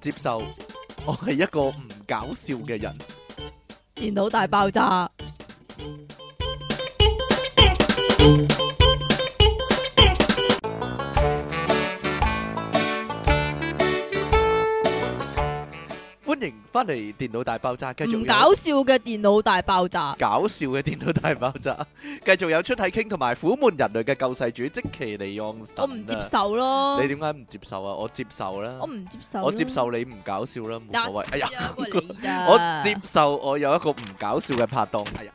接受我係一個唔搞笑嘅人。電腦大爆炸，歡迎翻嚟《電腦大爆炸》，繼續唔有搞笑嘅電腦大爆炸，搞笑嘅《電腦大爆炸》， 繼續有出體傾同埋苦悶人類嘅救世主即其尼昂神啊。我唔接受咯你，點解唔接受啊？我接受啦我，唔接受，我接，受你唔搞笑啦，呀冇所謂。哎呀，， 死咗個你咋我接受我有一個唔搞笑嘅拍檔。哎呀，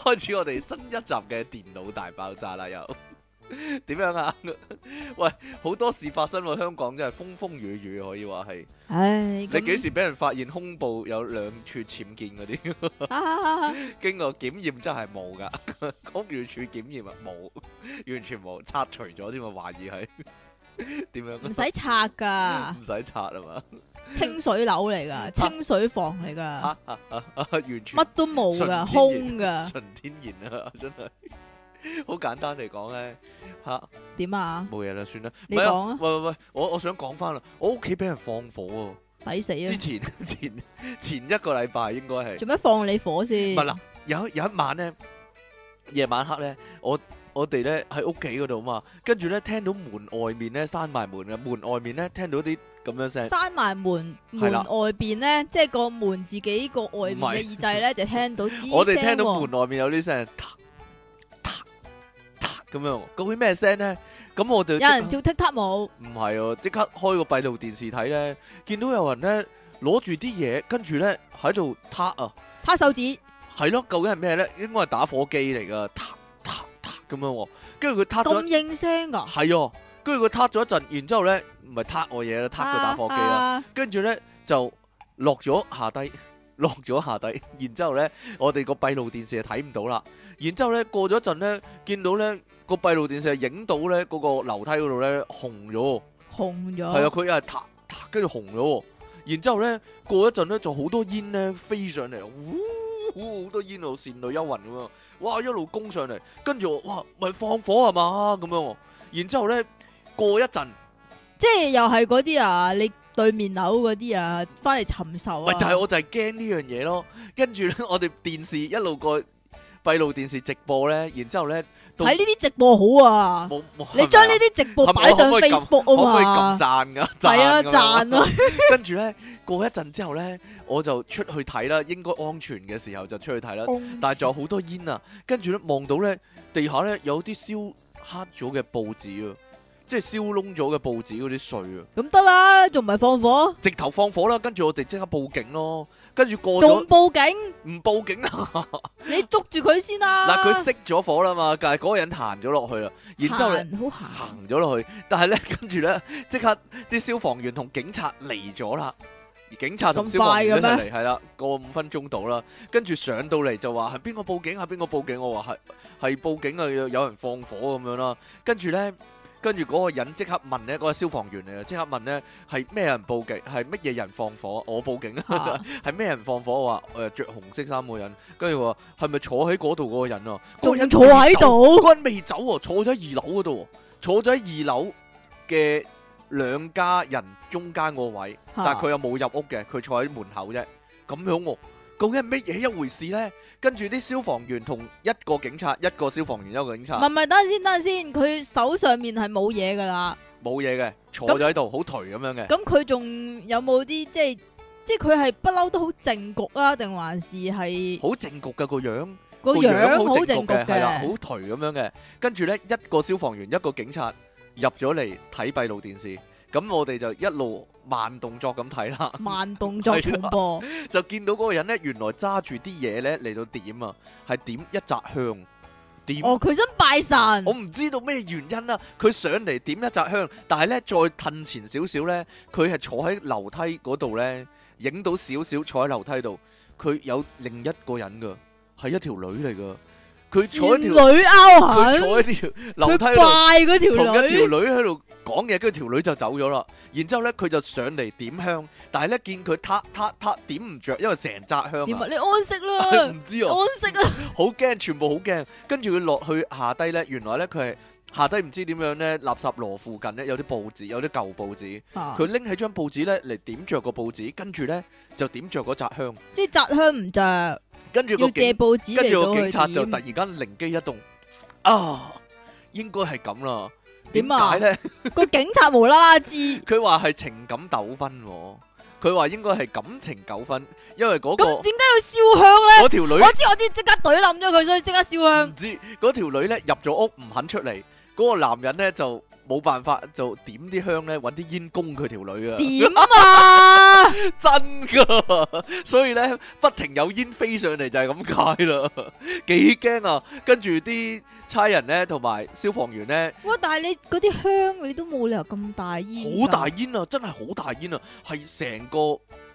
開始我哋新一集嘅電腦大爆炸啦，又點樣啊？ 喂，好多事發生喎，香港真係風風雨雨，可以話係。唉，你幾時？時俾人發現胸部有兩處僭建嗰啲？ 啊經過檢驗真係冇噶， 屋宇署檢驗啊冇，完全冇，拆除咗添啊，懷疑係 點樣唔啊？使拆噶， 唔使拆啊嘛，清水樓嚟啊噶，清水房嚟噶，完全乜都冇啊純天噶，然空噶，純天然啊， 真係好簡單嚟講咧，吓點啊？冇嘢啦，算啦。你唔係講啊喂喂喂，我我想講翻啦，我屋企俾人放火喎，抵死之啊！前 前前一個禮拜應該係。做咩放你火先？唔係啦，有有一晚咧，夜晚黑咧，我我哋咧喺屋企嗰度嘛，跟住咧聽到門外面咧閂埋門嘅，門外面咧聽到啲咁樣聲，闩埋門係門啦外邊咧，即係個門自己個外面唔係嘅耳仔咧，就聽到吱聲喎。我哋聽到門外面有啲聲，嗒嗒嗒咁樣，究竟咩聲咧？咁我就有人跳踢踏舞，唔係喎，即刻開個閉路電視睇咧，見到有人咧攞住啲嘢，跟住咧喺度嗒啊！拍手指，係咯，究竟係咩咧？應該係打火機嚟噶，嗒嗒嗒咁樣喎，跟住佢嗒咗咁。應聲噶，係啊，跟住佢挞咗一陣，然之後咧唔係挞我嘢啦，挞個打火機啦，啊。跟住咧就落咗下低， 落咗下低，然之後咧我哋個閉路電視就睇唔到啦，然之後咧過咗一陣咧，見到咧個閉路電視係影到咧嗰個樓梯嗰度咧紅咗，紅咗，係啊，佢又係挞挞，跟住紅咗，然之後咧過一陣咧就好多煙咧飛上嚟，呼好多煙喺度倩女幽魂咁樣，哇一路攻上嚟，跟住我哇咪放火係啊嘛咁樣喎，然之後咧過一陣，即係又係嗰啲啊，你對面樓嗰啲啊，翻嚟尋仇咪啊，就係我就係驚呢樣嘢咯，跟住咧我哋電視一路個閉路電視直播咧，然之後咧到睇呢啲直播好啊，冇冇你將呢啲直播係咪擺上可唔可以撳 Facebook 可唔可以啊咁嘛，讚噶？ 係咁啊，樣讚啊，跟住咧過一陣之後咧，我就出去睇啦，應該安全嘅時候就出去睇啦。但係仲有好多煙啊！跟住咧望到咧地下咧有啲燒黑咗嘅報紙啊，即係燒窿咗嘅報紙嗰啲碎啊，咁得啦，仲唔係放火，直頭放火啦！跟住我哋即刻報警咯，跟住過仲咗報警，唔報警啊！你捉住佢先啦，嗱，佢熄咗火啦嘛，但係嗰個人行咗落去啦，然之後咧。閒好行咗落去，但係咧， 跟住咧，即刻啲消防員同警察嚟咗啦。而警察同消防員一齊咁嚟，係啦，過五分鐘到啦。跟住上到嚟就話係邊個報警啊？邊個報警？我話係係報警啊！有有人放火咁樣啦。跟住咧，跟住嗰個人即刻問咧，嗰、個消防員嚟啊，即刻問咧係咩人報警？係乜嘢人放火？我報警閒啊！係咩人放火？我話誒著紅色衫嗰個人，跟住話係咪坐喺嗰度嗰個人啊？嗰個仲人坐喺未走度，嗰人未走喎，坐咗喺二樓嗰度喎，坐咗喺二樓嘅兩家人中間個位， 但係佢又冇入屋嘅，佢坐喺門口啫。咁樣喎，究竟係乜嘢一回事呢？跟住啲消防員同一個警察，一個消防員，一個警唔察，係唔係，等陣先，等陣先，佢手上面係冇嘢噶啦，冇嘢嘅，坐咗喺度，好頹咁樣嘅。咁佢仲有冇啲即係即係佢係不嬲都好正局啊，定還是係好正局嘅個樣，個個樣好正正局嘅，係啦，好嘅？頹咁樣嘅。跟住呢，一個消防員，一個警察入咗嚟睇閉路電視，咁我哋就一路慢動作咁睇啦。 慢動作重播，就見到嗰個人咧，原來揸住啲嘢咧嚟到點啊，係點一扎香，點、哦，佢想拜神，我唔知道咩原因啦、佢上嚟點一扎香，但係咧再褪前少少咧，佢係坐喺樓梯嗰度咧，影到少少坐喺樓梯度，佢有另一個人噶，係一條女嚟噶，佢坐喺倩女條佢勾痕，坐喺條樓佢梯拜度。嗰同條一條女，女喺度講嘢，跟住條女就走咗啦。然之後咧，佢就上嚟點香，但係咧見佢撻撻撻點唔着，因為成扎香點啊啊？。你安息 啦，唔知啊，安息啦，好驚，全部好驚。跟住佢落去下低咧，原來咧佢係下低唔知點樣咧，垃圾羅附近咧有啲報紙，有啲舊報紙，啊佢拎起張報紙咧嚟點着個報紙，跟住咧就點着嗰扎香，即系扎香唔着，跟住個要警，借報紙跟住嚟個警到察去就突然點間靈機一動，啊，應該係咁啦。點點啊解咧？個警察無啦啦知， 佢話係情感糾紛喎，佢話應該係感情糾紛，因為嗰、個咁點解要燒香嗰咧？條女我知我知，即刻懟冧咗佢，所以即刻燒香唔。知嗰條女咧入咗屋唔肯出嚟，嗰、個男人咧就冇辦法就點啲香咧，揾啲煙供佢條女啊，點啊？ 真噶，所以咧不停有煙飛上嚟就係咁解啦， 幾驚啊！跟住啲差人咧同埋消防員咧哇！但係你嗰啲香你都冇理由咁大煙㗎，好大煙啊，真係好大煙啊，係成個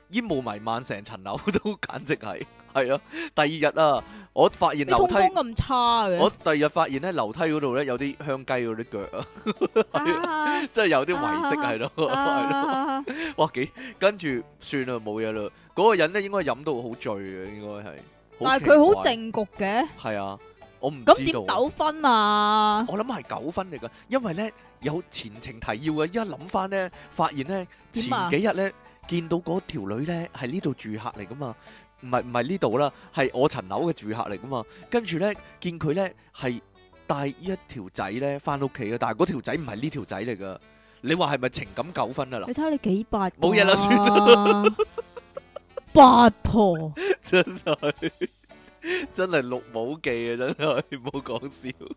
煙霧瀰漫，成層樓都簡直係 係啊！第二日啊，我發現你樓通梯，風咁差我嘅第二日發現咧樓梯嗰度咧有啲香雞嗰啲腳啊， 啊。真係有啲遺跡喺度， 係咯，啊哇幾跟住算啦冇嘢啦，嗰、個人咧應該飲到好醉嘅，應該係，但係佢奇好怪，正局嘅，係啊，我唔咁知點道啊。糾紛啊？我諗係九分嚟噶，因為咧有前情提要嘅，依家諗翻咧，發現咧前點啊幾日咧見到嗰條女咧係呢度住客嚟噶嘛，唔係唔係呢度啦，係我層樓嘅住客嚟噶嘛，跟住咧見佢咧係帶一條仔咧翻屋企嘅，但係嗰條仔唔係呢條仔嚟噶，你話係咪情感糾紛啊啦你？睇下你幾八卦冇嘢啦算啦，八婆真係真係六武記啊！真係唔好講笑。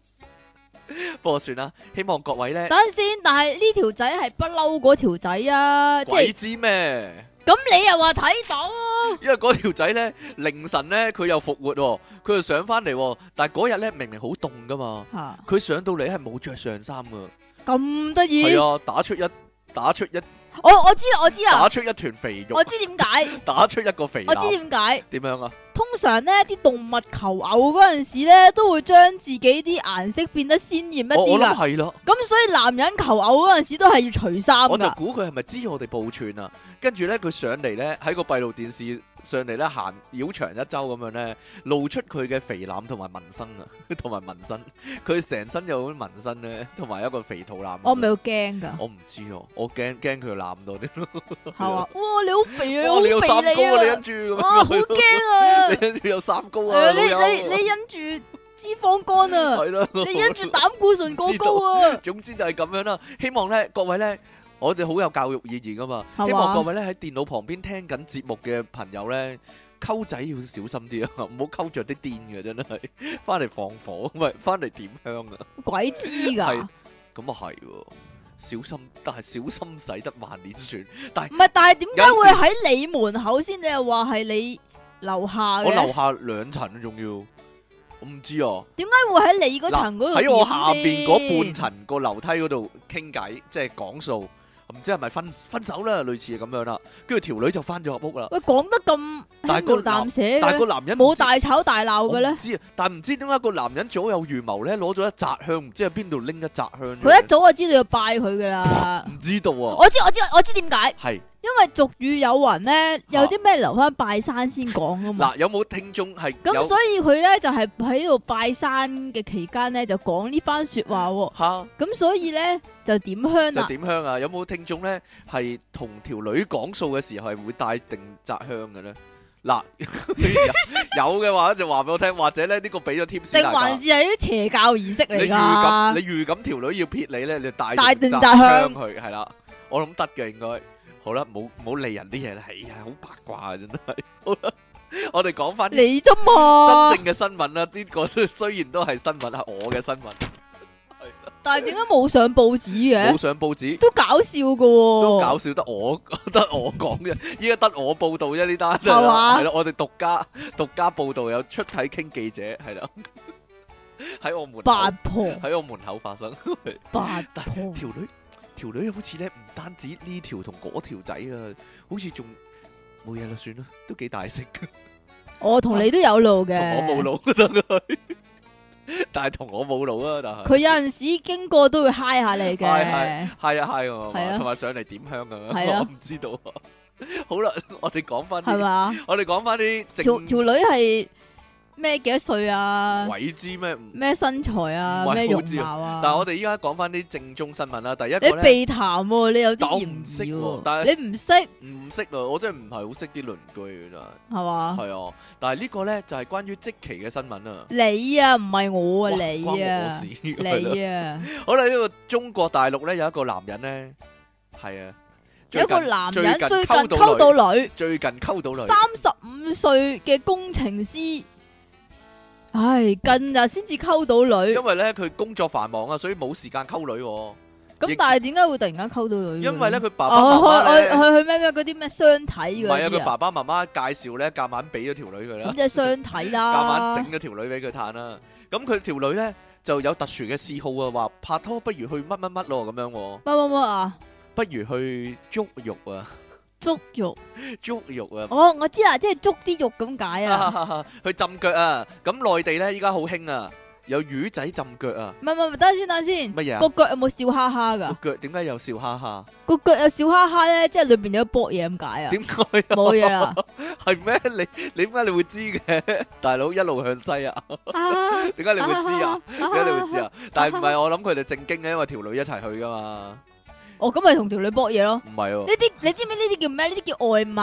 不過算啦，希望各位咧等陣先，但係呢條仔係不嬲嗰條仔啊，即鬼係知咩？咁你又話睇到，啊因為嗰條仔咧凌晨咧佢又復活、喎，佢又上翻嚟、喎。但係嗰日咧明明好凍噶嘛，吓佢上到嚟係冇着上衫噶，咁得意係，啊，打出一打出一我我知啦我知啦打，出一團肥肉啊我，知點解，打出一個肥我知腩，點解。點樣啊？通常咧，啲動物求偶嗰陣時咧，都會將自己啲顏色變得鮮豔一我我啲諗噶。係咯，咁所以男人求偶嗰陣時都係要除衫我就噶。估佢係咪知我哋報串啊？跟住咧佢上嚟咧喺個閉路電視上嚟咧行繞場一周咁樣咧，露出佢嘅肥腩同埋紋身啊， 同埋紋身，佢成身有啲紋身咧，同埋一個肥肚腩咁樣。我咪會驚噶，我唔知哦，我驚驚佢攬到啲咯。係嘛？哇，你好肥啊，好哦哇你有三高肥啊，你你啊忍，住咁哇，好樣， 驚啊！你忍住有三高係啊，啊老友你你你忍住脂肪肝 啊，係啦，你忍住膽固醇過高啊， 總之就係咁樣啦。希望咧，各位咧，我哋好有教育意義噶嘛。係嘛希望各位咧喺電腦旁邊聽緊節目嘅朋友咧，溝仔要小心啲啊， 唔好溝着啲癲嘅真係。 翻嚟放火，唔係翻嚟點香啊！鬼知係㗎。咁啊係喎，小心，但係小心使得萬年船。但係唔係，但係點解有會時喺你門口先？你又話係你樓下我嘅樓？下兩層仲要，我唔知啊。點解會喺你嗰嗱層嗰度喺我點下邊嗰先半層個樓梯嗰度傾偈，即係講數，唔知係咪分分手啦，類似咁樣啦。跟住條女就翻咗入屋啦，喂，講得咁但係輕個描淡寫但係個嘅，男人唔冇知大吵大鬧嘅我咧唔，知啊，但係唔知點解個男人早有預謀咧，攞咗一紮香，唔知喺邊度拎一紮香出嚟。佢一早就知道要拜佢噶啦。唔知道啊，我知我知我知點解，係因為俗語有云啊咧，有啲咩留翻拜山先講噶嘛。嗱，有冇聽眾係有咁所以佢咧就係喺度拜山嘅期間咧就講呢番說話喎，嚇咁所以咧就點香就啦，點香啊？有冇聽眾咧係同條女講數嘅時候係會帶定紮香嘅咧？嗱， 有嘅話就話俾我聽，或者咧呢個俾咗 tips 大定家還。是係啲邪教儀式嚟你預咁噶你？預咁條女要撇你咧，你帶帶定定扎扎香香佢係啦，我諗得嘅應該。好啦，冇冇理人啲嘢啦，哎呀，好八卦啊，真 係。好啦，我哋講翻真你啫嘛，正嘅新聞啦，呢 個雖然都係新聞，係我嘅新聞，但係點解冇上報紙嘅冇？上報紙。都搞笑噶喎，都搞笑，得 我得我講啫，依家得我報導啫呢單，係嘛係啦，我哋獨家獨家報導有出體傾記者係 啦，喺我門口八婆 喺我門口發生。八婆。條女條女好似咧唔單止呢條同嗰條仔啊，好似仲冇嘢啦，算啦，都幾大食，同我同你都有路嘅，我冇。腦得佢， 但係同我冇腦啊，但係佢有阵时经过都会嗨下嗨你嘅，嗨一嗨我係嘛，啊同埋上嚟點香咁係樣，啊 我唔知道啊。好啦，我哋講翻系啲，嘛？我哋講翻啲条正条女系咩幾多歲啊？鬼知咩？唔咩身材唔啊？係咩好容知啊貌啊？但系我哋依家講翻啲正宗新聞啦。第一你個咧避談喎，你有但我啲唔識嫌疑喎但喎，你唔識係唔識啊，我真係唔係好識啲鄰居嘅真係。嘛？係啊，但係呢個咧就係關於即期嘅新聞啊。你啊，唔係我啊，哇關你我啊，事係咯你啊，好啦，呢個中國大陸咧有一個男人咧，係啊，有一最個近男人最最近近溝溝到女，到女，最近溝到女三，十五歲嘅工程師，唉，近日先至溝到女因，為咧佢工作繁忙啊，所以冇時間溝女喎。亦咁但係點解會突然間溝到女嘅？因為咧佢爸爸哦，媽媽去咧，去去去咩咩嗰啲咩相唔睇係啊，嗰啲佢啊，爸爸媽媽介紹咧，夾硬俾咗條女佢啦咁。即係相睇夾啦硬。整咗條女俾佢嘆啦。咁佢條女咧就有特殊嘅嗜好啊，話拍拖不如去乜乜乜咯咁樣喎，乜乜乜啊？不如去足浴啊，足肉 足浴啊。哦，我知啦，即係捉啲肉咁解啊。 去浸腳啊！咁內地咧依家好興啊，有魚仔浸腳啊，唔係唔係，等下先，等下先。乜嘢啊個？腳有冇笑哈哈噶？個腳點解有笑哈哈？個腳有笑哈哈咧，即係裏邊有搏嘢咁解啊？點解冇嘢啦。 係咩？你你點解你會知嘅？ 大佬一路向 西啊，啊點解你會知啊？？點點解你會知啊？但係唔係我諗佢哋正經嘅，因為條女一齊去噶嘛， 哦，咁咪同條女搏嘢咯。唔係喎呢。啲你知唔知呢啲叫咩？呢啲叫外賣，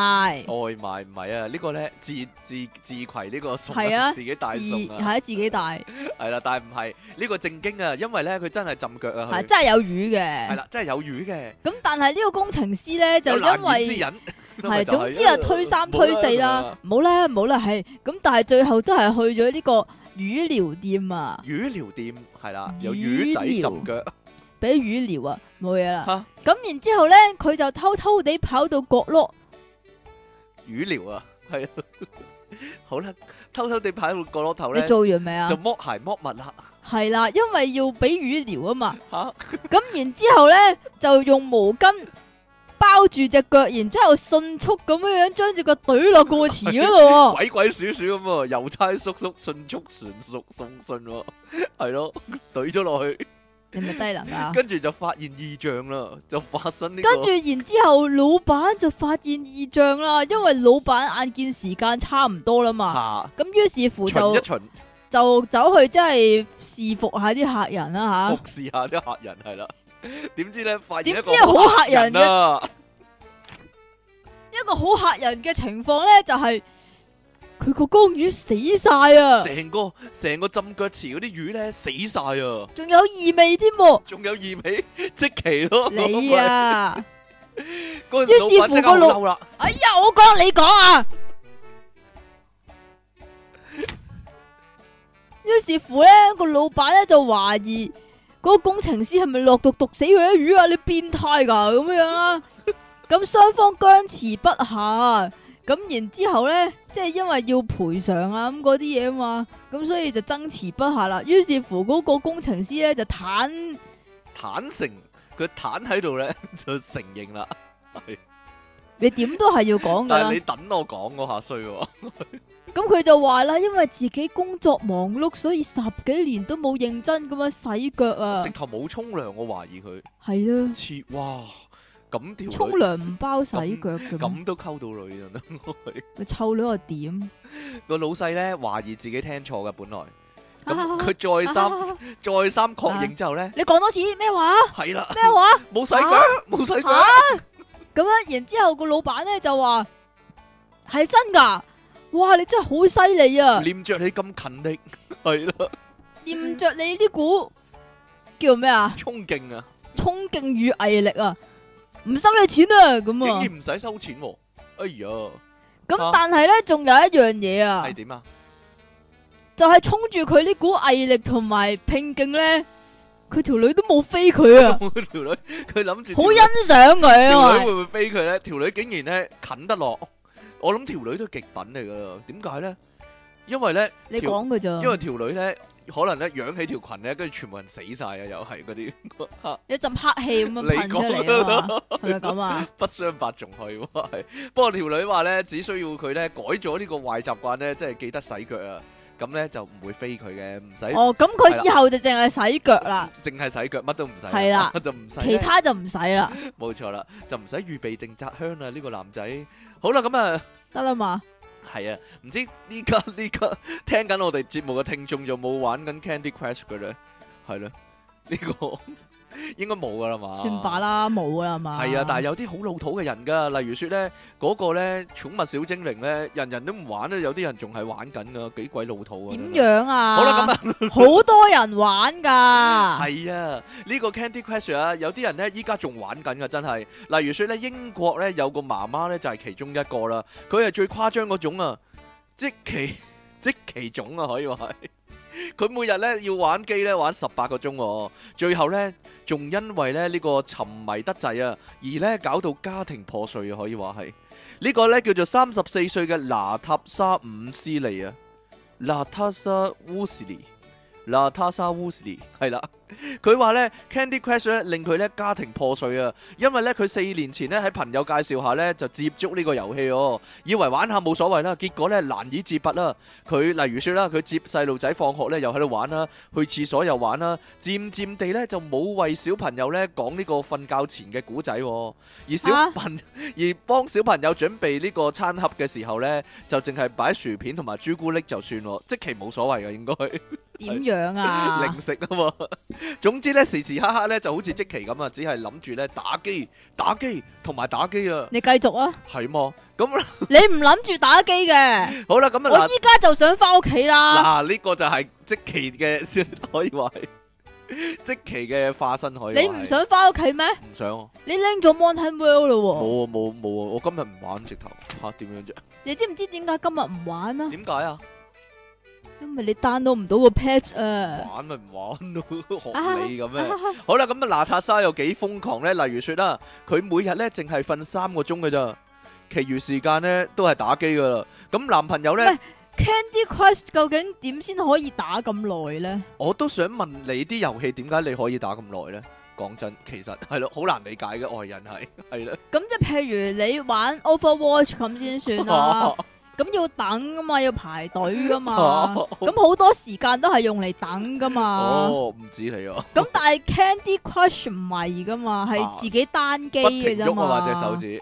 外賣唔係啊，呢個咧自自自攜呢個餸係啊自己帶自餸啊，係自己帶，係啦，但係唔係呢個正經啊，因為咧佢真係浸腳啊，係佢真係有魚係嘅。啦，真係有魚嘅，咁但係呢個工程師咧，就有因難言之為 隱，係總之啊，推三推四啦，唔好啦，唔好啦，係咁，但係最後都係去咗呢個魚療店啊，魚療店係啦，有魚魚仔浸腳，俾魚療啊，冇嘢啦。嚇咁然之後咧，佢就偷偷地跑到角落，魚療啊，係啊，好啦，偷偷地排到角落頭你咧，就做完未啊？剝鞋剝襪啦，係啦，因為要俾魚療啊嘛。 嚇咁然之后咧，就用毛巾包住只腳，然之后迅速咁樣样將只腳怼落個池嗰度喎。鬼鬼祟祟咁喎，郵差叔叔迅速船速送信喎，係咯，懟咗落去。你咪低能 啊！跟住就發現異象啦，就發生呢、個跟住然之后，老闆就發現異象啦，因為老闆眼見時間差唔多啦嘛。下咁於是乎巡啊就一巡，就走去即係侍服下啲客人啦吓服。侍下啲客人係啦。點知咧發現一點知個係好嚇人嘅啊，一個好嚇人嘅情況咧，就係佢個公魚死晒啊，成個成個浸腳池嗰啲魚咧死晒啊，仲有異味 添喎。仲有異味，即奇咯。你啊！嗰於個老是闆乎即刻好個老嬲啦，哎呀，我讲你讲啊！于是乎咧，个老板咧就怀疑嗰、个工程师系咪落毒毒死佢啲鱼啊？你变态噶咁样啦！咁双方僵持不下，咁然之后咧，即系因为要赔偿啊咁嗰啲嘢啊嘛，咁所以就争持不下啦。于是乎嗰个工程师咧就坦坦誠佢坦喺度 咧就承認啦。你點都係要講噶但啦係你。等我講嗰下衰喎，咁佢就話啦，因為自己工作忙碌，所以十幾年都冇認真咁樣洗腳啊直，頭冇沖涼，我懷疑佢係啊，切哇咁條沖女涼唔包洗腳嘅咩，咁都溝到女真係。佢臭女又點？個老細咧懷疑自己聽錯嘅，本來咁啊佢再三再三確認之後咧，你講多次咩話係啦，咩話冇洗腳啊，冇洗腳，吓？咁樣，然之后个老闆咧就話係真㗎，哇！你真係好犀利啊！念着你咁勤 力，係啦，念着你呢股叫咩啊？衝勁啊，衝勁與毅力啊！唔收你錢啊！竟咁啊，然唔使收錢喎，哎呀，啊咁但係咧，仲有一樣嘢啊係。點啊？ 就係衝住佢呢股毅力同埋拼勁咧，佢條女都冇飛 佢啊，條女佢諗住好條女欣賞佢條啊女喂！會唔會飛佢咧？條女竟然咧近得落，我諗條女都係極品嚟噶啦，點解咧？因為咧，你條講噶咋？因為條女咧，可能咧揚起條裙咧，跟住全部人死晒啊！又係嗰啲一陣黑氣咁樣噴你出講嚟啊嘛，係咪咁 啊？不相伯仲去喎，係不過條女話咧，只需要佢咧改咗呢個壞習慣咧，即係記得洗腳啊，咁咧就唔會飛佢嘅，唔使哦，咁哎係啦佢以後就淨係洗腳啦，淨係洗腳，乜都唔使，係啦 就唔使其咧他就唔使啦，冇錯啦，就唔使預備定扎香啦，呢個男仔。好啦，咁啊，得啦嘛。係啊，唔知呢家 呢家聽緊我哋節目嘅聽眾有冇玩緊 Candy Crush 嘅咧？係咯，呢、個 應該冇噶啦嘛。算罷。啦，冇噶啦嘛。啊係啊，但係有啲好老土嘅人噶，例如説咧，嗰、個咧寵物小精靈咧，人人都唔玩咧，有啲人仲係玩緊噶，幾鬼老土啊！點真係樣啊？好啦，咁啊。 好多人玩噶，係啊，呢、個 Candy Crush 啊，有啲人呢依家仲玩緊噶，真係。例如說咧，英國呢有個媽媽呢就係其中一個啦，佢係最誇張嗰種啊，即其 即其種啊，可以話係。佢每日呢要玩機呢玩十八個鐘、喎，最後呢仲因為咧呢、呢個沉迷得滯啊，而呢搞到家庭破碎啊，可以話係。呢個呢叫做三十四歲嘅娜塔莎伍斯利啊，娜塔莎烏斯利。娜塔莎烏斯利係啦，佢話呢 Candy Crush 咧令佢咧家庭破碎啊，因為呢，佢四年前呢喺朋友介紹下呢就接觸呢個遊戲哦，以為玩下冇所謂啦，結果呢難以自拔啦。佢例如說啦，佢接細路仔放學呢又喺度玩啦，去廁所又玩啦，漸漸地呢就冇為小朋友呢講呢個瞓覺前嘅古仔喎，而小啊朋 而幫小朋友準備呢個餐盒嘅時候呢，就淨係擺薯片同埋朱古力就算喎，即其冇所謂嘅應該。點樣 啊零？食啊嘛。總之咧，時時刻刻咧就好似即期咁啊，只係諗住咧打機、打機同埋打機啊，你繼續啊！係嘛？咁啦 你唔諗住打機嘅，好啦，咁我啊依家就想翻屋企啦。嗱嗱呢個就係即期嘅， 可以話係即期嘅化身可以話係。你唔想翻屋企咩？唔想啊？你拎咗 Mountain World 咯冇啊冇冇啊！我今日唔玩直頭吓點樣啫？喎，你知唔知點解今日唔玩啊？點解啊？因為你 download 唔到個 patch 啊。玩咪唔玩咯， 學你咁 咩？好啦，咁啊，娜塔莎有幾瘋狂呢？例如說啦，佢每日呢淨係瞓三個鐘嘅咋，其餘時間呢都係打機噶啦。咁男朋友呢，喂 Candy Crush 究竟點先可以打咁耐呢？我都想問你啲遊戲點解你可以打咁耐呢？講真，其實係咯，好難理解嘅外人係係啦。，咁即係譬如你玩 Overwatch 咁先算啦 咁要等噶嘛，要排隊噶嘛， 咁好多時間都係用嚟等噶嘛。哦，唔止你啊，咁但係 Candy Crush 唔係噶嘛，啊係自己單機不嘅停啫喐嘛。啊嘛隻手指。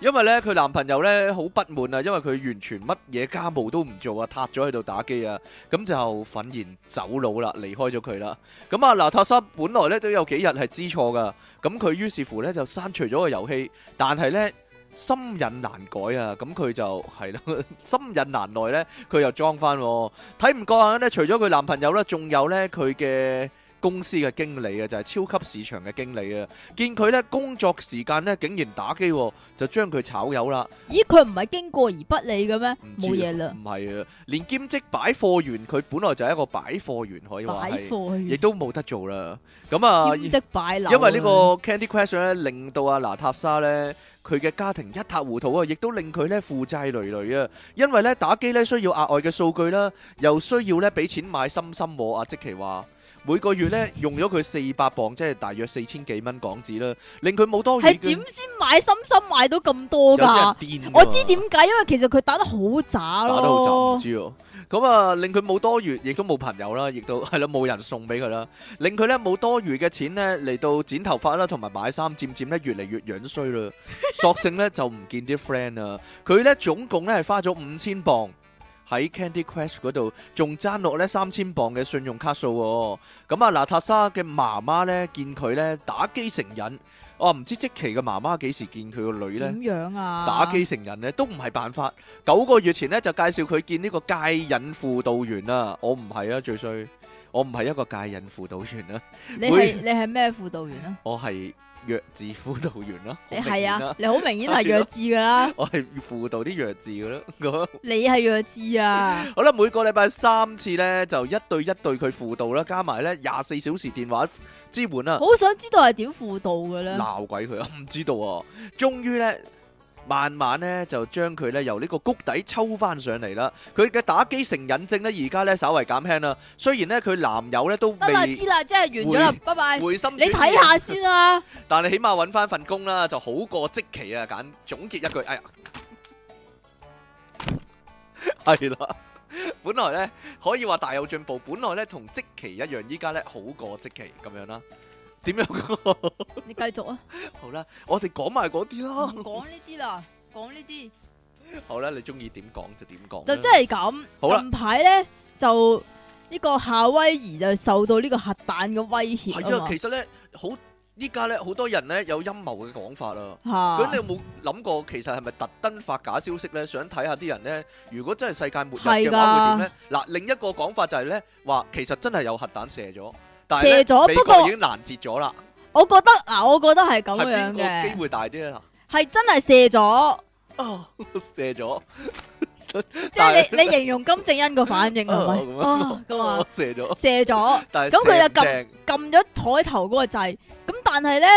因為呢，佢男朋友呢好不滿啊，因為佢完全乜嘢家務都唔做啊，塌咗喺度打機啊，咁就憤然走佬啦，離開咗佢啦。咁啊，娜塔莎本來呢都有幾日係知錯噶，咁佢於是乎呢就刪除咗個遊戲，但係呢，心癮難改啊，咁佢就係咯，心癮難耐呢，啊佢又裝翻喎。睇唔過眼呢，除咗佢男朋友呢，仲有呢佢嘅公司嘅經理啊，就係、超級市場嘅經理啊，見佢呢工作時間呢竟然打機、喎，就將佢炒魷啦。咦，佢唔係經過而不理嘅咩？唔知啊冇嘢啦，唔係啊，連兼職擺貨員，佢本來就係一個擺貨員，可以話擺係，貨亦去都冇得做啦。咁啊，兼職擺樓啊。因為呢個 Candy Crush 咧，令到阿娜塔莎咧，佢嘅家庭一塌糊塗啊，亦都令佢咧負債累累啊。因為咧打機咧需要額外嘅數據啦，又需要咧俾錢買心心喎。阿即奇話每個月咧用咗佢四百磅，即係大約四千幾蚊港紙啦，令佢冇多餘係嘅。點先買心心買到咁多有啲㗎？人癲㗎啊我知點解，因為其實佢打得好渣打得好就唔咯。知喎。咁啊，令佢冇多餘，亦都冇朋友啦，亦都 係啦，冇人送俾佢啦，令佢咧冇多餘嘅錢咧嚟到剪頭髮啦，同埋買衫，漸漸咧越嚟越樣衰啦，索性咧就唔見啲 friend 啦。佢咧總共咧係花咗五千磅。喺 Candy Crush 嗰度仲爭落咧三千磅嘅信用卡數喎、咁啊娜塔莎嘅媽媽咧見佢咧打機成癮，我、唔知即奇嘅媽媽幾時見佢個女咧？點樣啊？打機成人咧都唔係辦法。九個月前咧就介紹佢見呢個戒癮輔導員啦，我唔係啊，最衰，我唔係一個戒癮輔導員啦，你會係你係咩輔導員啊？我係弱智輔導員 啦，你好明係顯 啊啦，，你好明顯係弱智㗎啦，我係輔導啲弱 智嘅啦，咁啊你係弱 智啊！好啦，每個禮拜三次咧就一對一對佢輔導啦，加埋咧廿四小時電話支援啊啦。好想知道係點輔導嘅咧？鬧鬼佢啊！唔知道啊，終於呢，慢慢呢，就將佢呢由呢個谷底抽翻上嚟啦。佢嘅打機成癮症呢，而家呢稍為減輕啦。雖然呢，佢男友呢都得啦，未知啦，即係完咗啦會，拜拜。回心轉意，你睇下先啦，但係起碼揾翻份工啦，就好過即期啊！簡總結一句，哎呀， 係啦。本來呢，可以話大有進步，本來呢，同即期一樣，依家呢，好過即期咁樣 啦。點樣？你繼續啊，好啦，我哋講埋嗰啲唔啦。講呢啲啦，講呢啲。好啦，你中意點講就點講。就真，係咁。好啦近排咧就呢個夏威夷就受到呢個核彈嘅威係脅啊，其實咧好依家咧好多人咧有陰謀嘅講法啊。嘛咁你嚇有冇諗過，其實係咪特登發假消息咧？想睇下啲人咧，如果真係世界末日嘅係㗎話，會點咧？嗱，另一個講法就係咧，話其實真係有核彈射咗，但係射咧咗美不國過已經攔截咗啦。我覺得嗱，我覺得係咁係邊樣個機嘅，會大啲咧？嗱， 係真係射咗，啊，射咗，即係你你形容金正恩個反 應係咪啊啊咁啊？射咗，射咗，但係咁佢就撳撳撳咗台頭嗰個掣，咁但係咧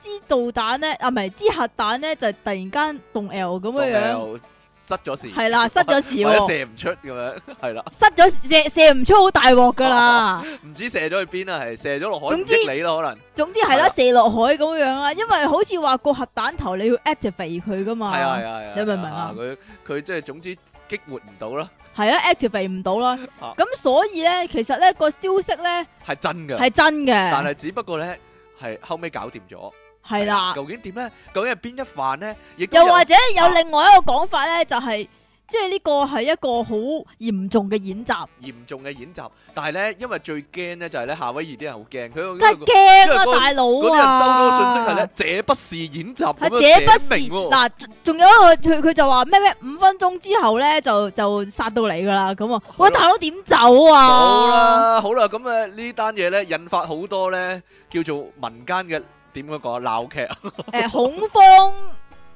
支導彈咧啊唔係支核彈咧就突然間動 L 咁樣樣，又失咗事，係啦，失咗時或者喎，射唔出咁樣，係啦，失咗射射唔出好大鑊噶啦。唔知射咗去邊啊？係射咗落海，唔總之益你啦，可能。總之係啦，係啦射落海咁樣啦，因為好似話個核彈頭你要 activate 佢噶嘛，係啊係啊係啊，你明唔明啊佢佢即係總之激活唔到啦，係啦 activate 唔到啦，啊咁所以咧其實咧個消息咧係真嘅。係真但嘅，係只不過咧係後尾搞掂咗。係啦，究竟點咧？究竟係邊一範咧？亦都又或有者有另外一個講法咧就係、即係呢個係一個好嚴重嘅演習，嚴重嘅演習，但係咧因為最驚咧就係咧夏威夷啲人好驚，佢因為梗係驚啦，因為嗰大佬嗰啲人收到信息係啊咧！，這不是演習咁係這不樣是寫明喎，嗱，仲有一個佢佢就話咩咩五分鐘之後咧就就殺到你噶啦咁啊！喂，係咯大佬點走啊？好啦好啦，咁啊呢單嘢咧引發好多咧叫做民間嘅點樣講啊鬧劇啊，诶、恐慌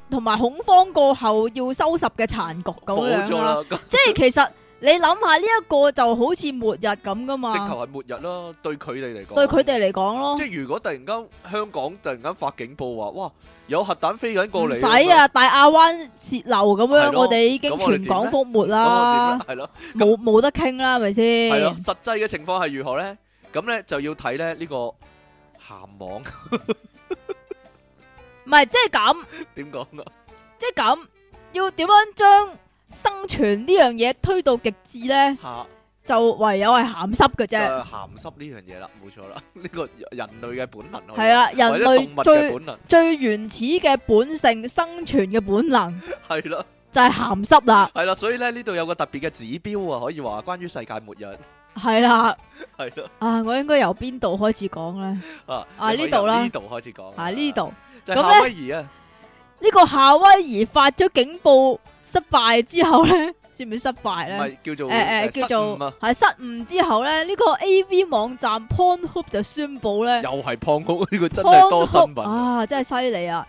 同埋恐慌過後要收拾嘅殘局咁冇樣咗啦。啦，咁即係其實你諗下呢一個就好似末日咁噶直嘛，頭係末日啦，對佢哋嚟講，對佢哋嚟講咯，即係如果突然間香港突然間發警報話，哇有核彈飛緊過唔嚟，使啊大亞灣泄漏咁係樣，咯我哋已經咁我哋全港覆沒咁啊啦，點咧？係咯冇冇得傾啦，係咪係咯，先？實際嘅情況係如何咧？咁咧就要睇咧呢個鹹網 唔係即係咁，點講啊？即係咁，要點樣將生存呢樣嘢推到極致咧？鹹就唯有係鹹濕嘅就啫，係鹹濕呢樣嘢啦， 冇錯啦，呢個人類嘅本能可以係啊，人話或者動物類嘅最本能最原始嘅本性、生存嘅本能。係啦，就係鹹濕啦，係啦，所以咧呢度有個特別嘅指標啊，可以話關於世界末日 係啦，係咯啊，我應該由邊度開始講咧？啊啊你可以呢度啦由呢度開始講啊，呢度就咁係咧夏威夷啊，呢個夏威夷發咗警報失敗之後咧， 算唔算失敗唔咧？係叫做誒誒，叫失誤做啊，係失誤之後咧，呢個 A V 網站 Pornhub 就宣布咧又係胖谷呢個真係多新，Pornhub 聞啊。啊，真係犀利啊！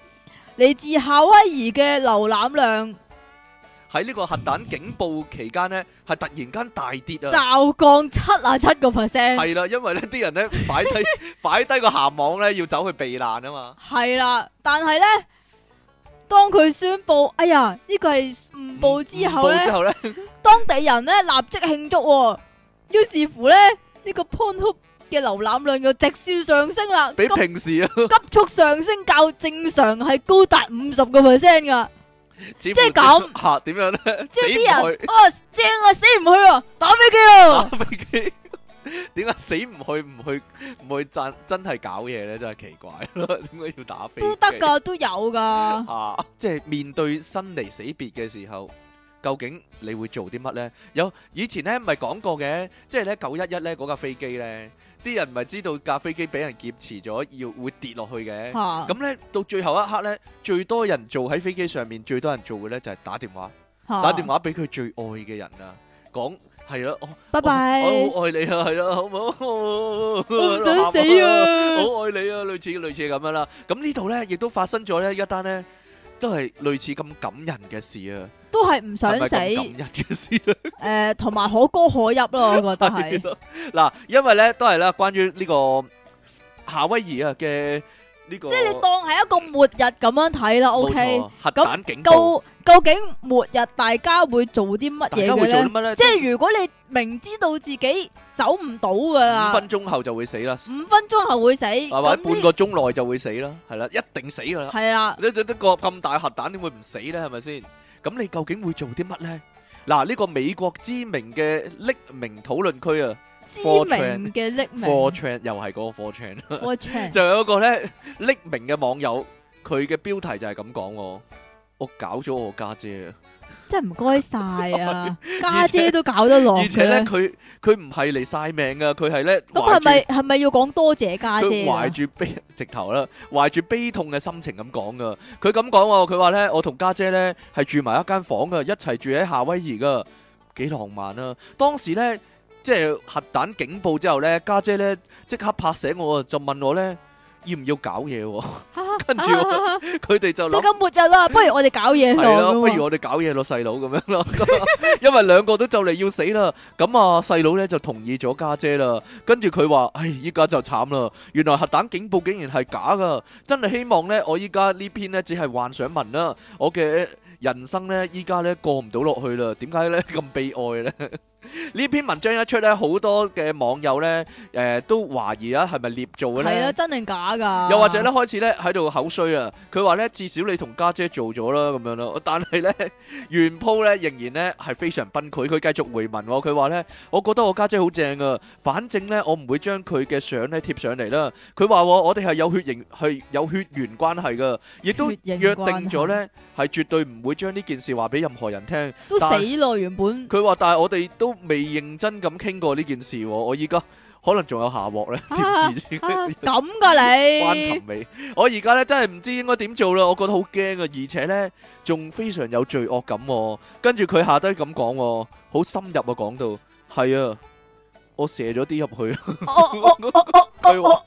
嚟自夏威夷嘅瀏覽量喺呢個核彈警報期間呢，係突然間大跌啊！驟降七啊七個 percent，係啦，因為呢啲人呢，擺低 擺低個鹹網呢，要走去避難啊嘛，係啦，但係咧，當佢宣布，哎呀，呢個係誤報之後誤報咧之。後呢，當地人咧立即慶祝、喎，於是乎咧呢、呢個 Pornhub 嘅瀏覽量就直線上升啦，急比平時 啊，急速上升較正常係高達五十個 percent 噶，即係咁嚇點樣呢？即係死唔啲人去啊正啊死唔去啊打飛機啊，打飛機， 點解死唔去唔去唔去真真係搞嘢呢？真係奇怪 咯，點解要打飛機都得噶都 有噶，啊！即係面對生離死別嘅時候，究竟你會做啲乜呢？有以前呢咪講過嘅，即係呢九一一呢嗰架飛機呢，啲人咪知道架飛機俾人劫持咗，要會跌落去嘅。吓咁呢，到最後一刻呢，最多人做喺飛機上面，最多人做嘅呢就係打電話，吓打電話俾佢最愛嘅人啊，講係咯，哦我拜拜，我好愛你啊，係咯，好唔好？我我唔想死！啊，好愛你啊，類似類似咁樣啦。咁呢度咧，亦都發生咗咧一單咧，都係類似咁感人嘅事啊，都係唔想係咪死，咁感人嘅事咧，誒同埋可歌可泣咯，我覺得係 係咯嗱，因為咧都係啦，關於呢個夏威夷啊嘅呢個，即係你當係一個末日咁樣睇啦冇，OK 錯。核彈警告，究究竟末日大家會做啲乜大嘢家嘅會做啲咧？乜咧？即係如果你明知道自己走唔到噶五啦，分鐘後就會死啦，五分鐘後會死，啊或咁者半呢個鐘內就會死啦，係啦，一定死噶啦。係啦，你得得個咁大核彈點會唔死呢？係咪先？咁你究竟會做啲乜呢？嗱，呢個美國知名嘅匿名討論區啊知名 Fortran 嘅匿名，Fortran 又係嗰個 Fortran， Fortran 就有一個呢匿名嘅網友，佢嘅標題就係咁講喎，我搞咗我家姐啊，真係唔該晒啊！家姐都搞得落而且咧，嘅，佢佢唔係嚟晒命噶，佢係咧咁懷係住咪係咪要講多謝家佢姐啊懷？住悲直頭啦，懷住悲痛嘅心情咁講噶。佢咁講喎，佢話咧，我同家姐咧係住埋一間房噶，一齊住喺夏威夷噶，幾浪漫啊！當時咧，即係核彈警報之後咧，家姐咧即刻拍醒我，啊就問我咧要唔要搞嘢喎？ 跟住我佢哋就世諗。界末日啦，不如我哋搞嘢係咯，咯。不如我哋搞嘢咯，細佬咁樣咯， 因為兩個都就嚟要死啦。咁啊，細佬咧就同意咗家姐啦。跟住佢話：，唉，依家就慘啦，原來核彈警報竟然係假噶，真係希望咧，我依家呢篇咧只係幻想文啦，我嘅人生咧依家咧過唔到落去啦，點解咧 咁悲哀咧？呢篇文章一出咧，好多嘅網友咧，誒、都懷疑啊，係咪捏造嘅係咧啊，？真定假噶？又或者咧，開始咧喺度口衰啊！佢話咧，至少你同家姐做咗啦咁樣咯。但係咧，原鋪咧仍然咧係非常崩潰。佢繼續回文喎，佢話咧，我覺得我家姐好正啊，反正咧我唔會將佢嘅相咧貼上嚟啦。佢話喎我哋係有血型係有血緣關係噶，亦都血緣約定咗咧係絕對唔會將呢件事話俾任何人聽。都但死咯，原本佢話，但係我哋都未認真咁傾過呢件事喎。我依家可能仲有下鑊咧，啊點 知？啊咁噶關你尋味。我而家咧真係唔知應該點做啦，我覺得好驚啊，而且咧仲非常有罪惡感、喎。跟住佢下低咁講、喎，好深入啊，講到係啊，我射咗啲入去。佢話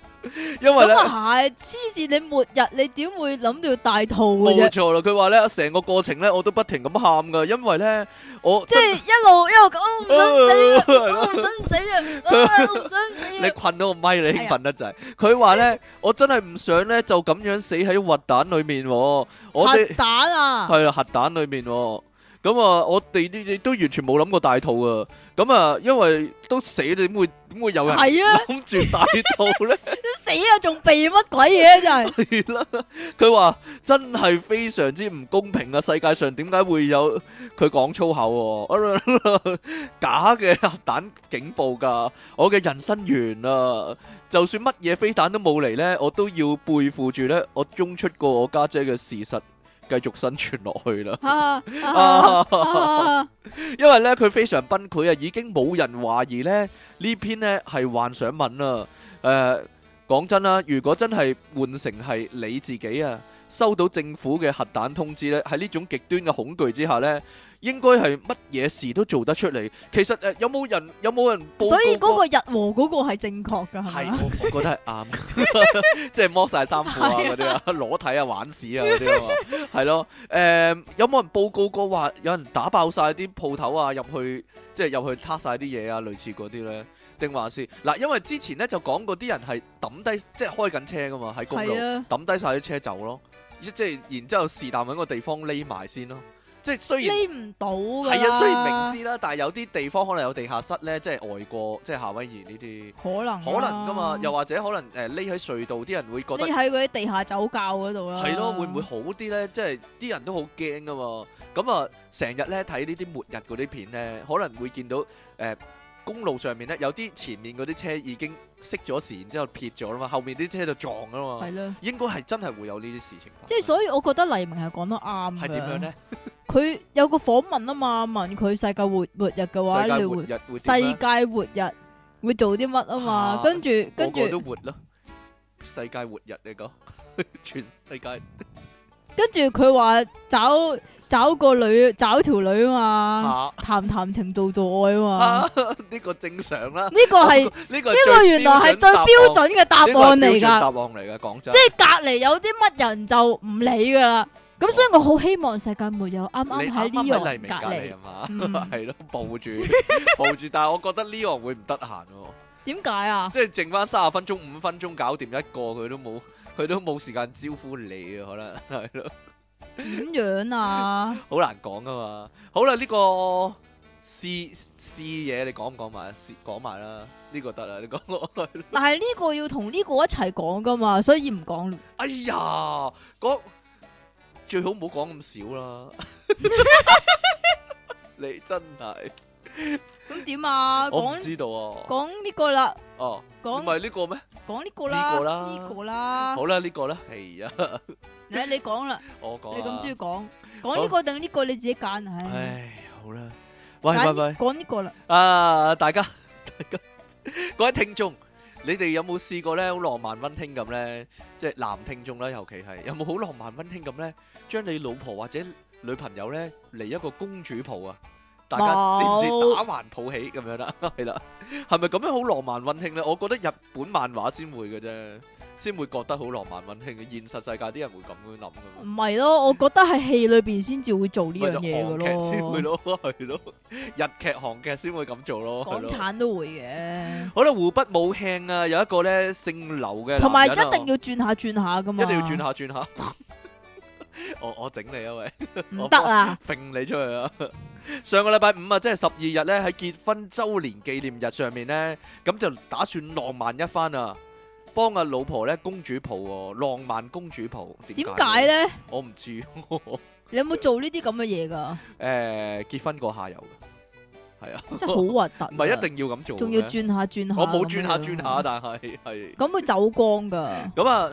因為咁咧啊係，黐線你末日你點會諗到要大肚嘅冇啫？錯啦，佢話咧成個過程咧我都不停咁喊噶，因為咧我即係一路一路講，我唔想死啊，係我咯唔想死啊，啊我唔想死你啊！困到個咪，你係興啊奮得滯。佢話咧，我真係唔想咧就咁樣死喺核彈裏面、喎，我核哋。彈啊，係啦，核彈裏面喎。咁啊，我哋呢啲都完全冇諗過大肚啊。咁啊，因為都死你點會點會有人係啊，諗住大肚咧？死啊，仲避乜鬼嘢真係？係啦，佢話真係非常之唔公平啊！世界上點解會有佢講粗 口喎、 假嘅核彈警報㗎，我嘅人生完啊！就算乜嘢飛彈都冇嚟呢，我都要背負住呢，我中出過我家姐嘅事實，繼續生存落去啦。啊 啊 Ờ. 啊啊因為咧佢非常崩潰啊，已經冇人懷疑咧呢篇咧係幻想文啦。誒、講真啦，如果真係換成係你自己啊，收到政府嘅核彈通知咧，喺呢種極端嘅恐懼之下咧，應該係乜嘢事都做得出嚟。其實誒、呃有冇人有冇人報所以告嗰個過日和嗰個係正確噶，係係嘛？我我覺得係啱， 即係剝晒衫褲啊嗰啲啊，裸體啊玩屎啊嗰啲啊嘛，係咯。誒、有冇人報告過話有人打爆晒啲鋪頭啊，入去即係入去撻晒啲嘢啊，類似嗰啲咧？定還是嗱？因為之前咧就講過啲人係抌低，即係開緊車噶嘛，喺公路係啊，抌低晒啲車走咯，即即係然之後是但揾個地方匿埋先咯。即係雖然。匿唔到噶。係啊，雖然明知啦，但係有啲地方可能有地下室咧，即係外國，即係夏威夷呢啲。可能可能噶嘛，又或者可能誒匿喺隧道啲人會覺得匿喺嗰啲地下酒窖嗰度啦。係咯，會唔會好啲咧？即係啲人都好驚噶嘛。咁啊，成日咧睇呢啲末日嗰啲片咧，可能會見到誒、呃公路上面咧有啲前面嗰啲車已經熄咗匙，然之後撇咗啦嘛，後面啲車就撞噶嘛。係咯？應該係真係會有呢啲事情發生。即係所以，我覺得黎明係講得啱嘅。係點樣咧？佢有個訪問啊嘛，問佢世界末末日嘅話，世界你末會日會點世咧？界末日會做啲乜啊嘛啊？跟住跟個個都住活咯，世界末日你講， 全世界跟住佢話找找個女找條女啊嘛，嚇談談情做做愛啊嘛。啊！呢個正常啦。呢個係呢呢個係 個最原來係標準最答案標準嘅答案嚟呢個係標準答㗎，案嚟噶，講真即。係隔離有啲乜人就唔理㗎啦。咁所以我好希望世界末日啱啱你喺呢啱啱喺黎樣明隔隔離離啊，嘛，嗯 係咯，抱住抱住，但係我覺得呢行會唔得閒喎，點解啊？即係剩翻三十分鐘、五分鐘搞掂一個，佢都冇，佢都冇時間招呼你啊，可能 係咯，點樣啊？好難講噶嘛。好啦，呢個試試嘢，你講唔講埋？試講埋啦，呢個得啦，你講我。但係呢個要同呢個一齊講噶嘛，所以唔講啦。哎呀，講最好唔好講咁少 啦，你真係。咁點啊？我唔講知道啊，講呢個啦，哦，唔講啊係呢個咩？講呢個啦，呢個啦呢個啦，好啦，呢個啦，係啊，你你講啦，我講啊你咁中意講，講呢個定呢個你自己揀，唉，唉，好啦，喂喂揀喂，講呢個啦，啊，大 家大家各位聽眾，你哋有冇試過咧好浪漫温馨咁咧？即係男聽眾啦，尤其係有冇好浪漫温馨咁咧？將你老婆或者女朋友咧嚟一個公主抱啊！大家知唔知冇打橫抱起咁 樣啦？係啦，係咪咁樣好浪漫温馨咧？我覺得日本漫畫先會嘅啫，先會覺得好浪漫温馨嘅。現實世界啲人會咁樣諗嘅唔。係咯，我覺得係戲裏邊先至會做呢咪樣就嘢韓嘅劇先會咯， 咯，係咯，日劇、韓劇先會咁做咯，係啊港咯。產都會嘅，好啦，湖北武慶啊，有一個咧姓劉嘅男人啊，同埋一定要轉下轉下噶嘛，一定要轉下 轉下。我我整你啊喂， 唔得啊，揈你出去啊！ 上個禮拜五啊，即係十二日咧，喺結婚周年紀念日上面咧，咁就打算浪漫一番啊，幫阿老婆咧公主抱喎，浪漫公主抱。點解？咧？我唔知， 你有冇做呢啲咁嘅嘢噶？誒結婚嗰下有嘅， 係啊，真係好核突啊，唔係一定要咁做嘅，仲要轉下轉下，我冇轉下轉 下，，但係係。咁會走光噶，咁啊，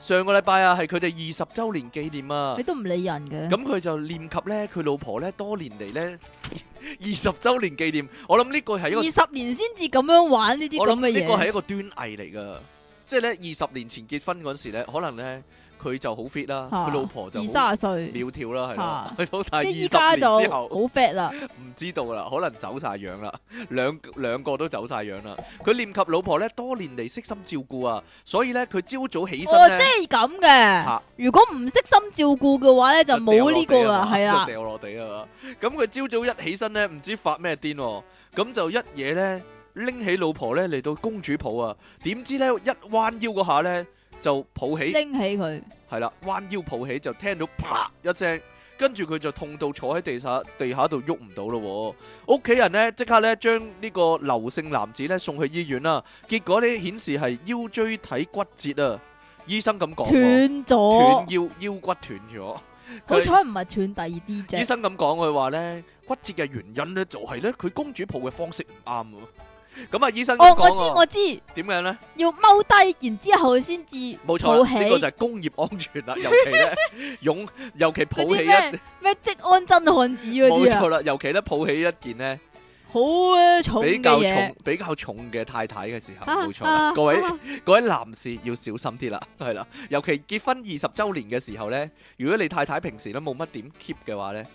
上個禮拜啊，係佢哋二十週年紀念啊你，都唔理人嘅，咁佢就念及咧佢老婆咧多年嚟咧 二十週年紀念，我諗呢個係一個二十年先至咁樣玩呢啲我咁諗嘅呢個係嘢，一個端倪嚟噶，即係咧二十年前結婚嗰陣時咧，可能咧佢就好 fit 啦，嚇佢老婆就二好三十歲，苗條啦，係啦， 係咯，但即係依係家二就十年之好後。fat 啦，唔知道啦，可能走晒樣啦，兩兩個都走晒樣啦。佢念及老婆咧多年嚟悉心照顧啊，所以咧佢朝早起哦，身即咧，係咁嘅嚇。如果唔悉心照顧嘅話咧，就冇呢個啦，係啦，啦啊就，掉落地啊嘛。咁佢朝早一起身咧，唔知發咩癲喎，咁就一嘢咧拎起老婆咧嚟到公主抱啊，點知咧一彎腰嗰下咧就抱起。拎起佢，係啦，彎腰抱起就聽到啪一聲，跟住佢就痛到坐喺地下地下度喐唔到咯喎。屋企人呢，即刻呢將呢個劉姓男子呢送去醫院啦，結果呢顯示係腰椎體骨折啊，醫生咁講喎，斷啊斷咗，腰腰骨斷咗。好佢彩唔係斷第二啲醫啫，生咁講，佢話呢骨折嘅原因呢，就係呢佢公主抱嘅方式唔啱喎。咁啊，醫生哦咁，我知講喎，我知，點樣呢？要踎低，然之後先至冇錯抱啦，呢個起就。係工業安全啦，尤其咧擁，尤其抱嗰起啲一，咩咩職安真漢子嗰冇啲啊錯，啦，尤其咧抱起一件咧好啊重嘅比較嘢重、比較重嘅太太嘅時候，啊，冇錯啦，啊各位啊各位男士要小心啲啦， 係啦，尤其結婚二十週年嘅時候咧，如果你太太平時咧冇乜點 keep 嘅話咧，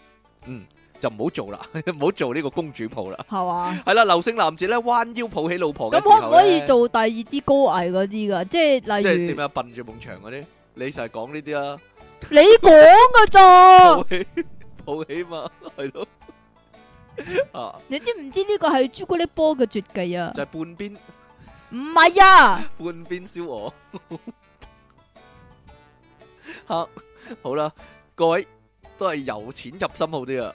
嗯，就唔好做啦，唔好做呢個公主抱啦，係嘛？係啦，劉姓男子咧彎腰抱起老婆嘅咁時候可唔可以呢做第二啲高危嗰啲噶？即係即係例如點。啊？笨住埲牆嗰啲，你就係講呢啲啦。你講噶咋抱？起抱起嘛，系咯， 啊，你知唔知呢個係朱古力波嘅絕技啊就？系半邊唔係啊，半邊燒鵝， 吓，好啦，各位都係由淺入深好啲啊，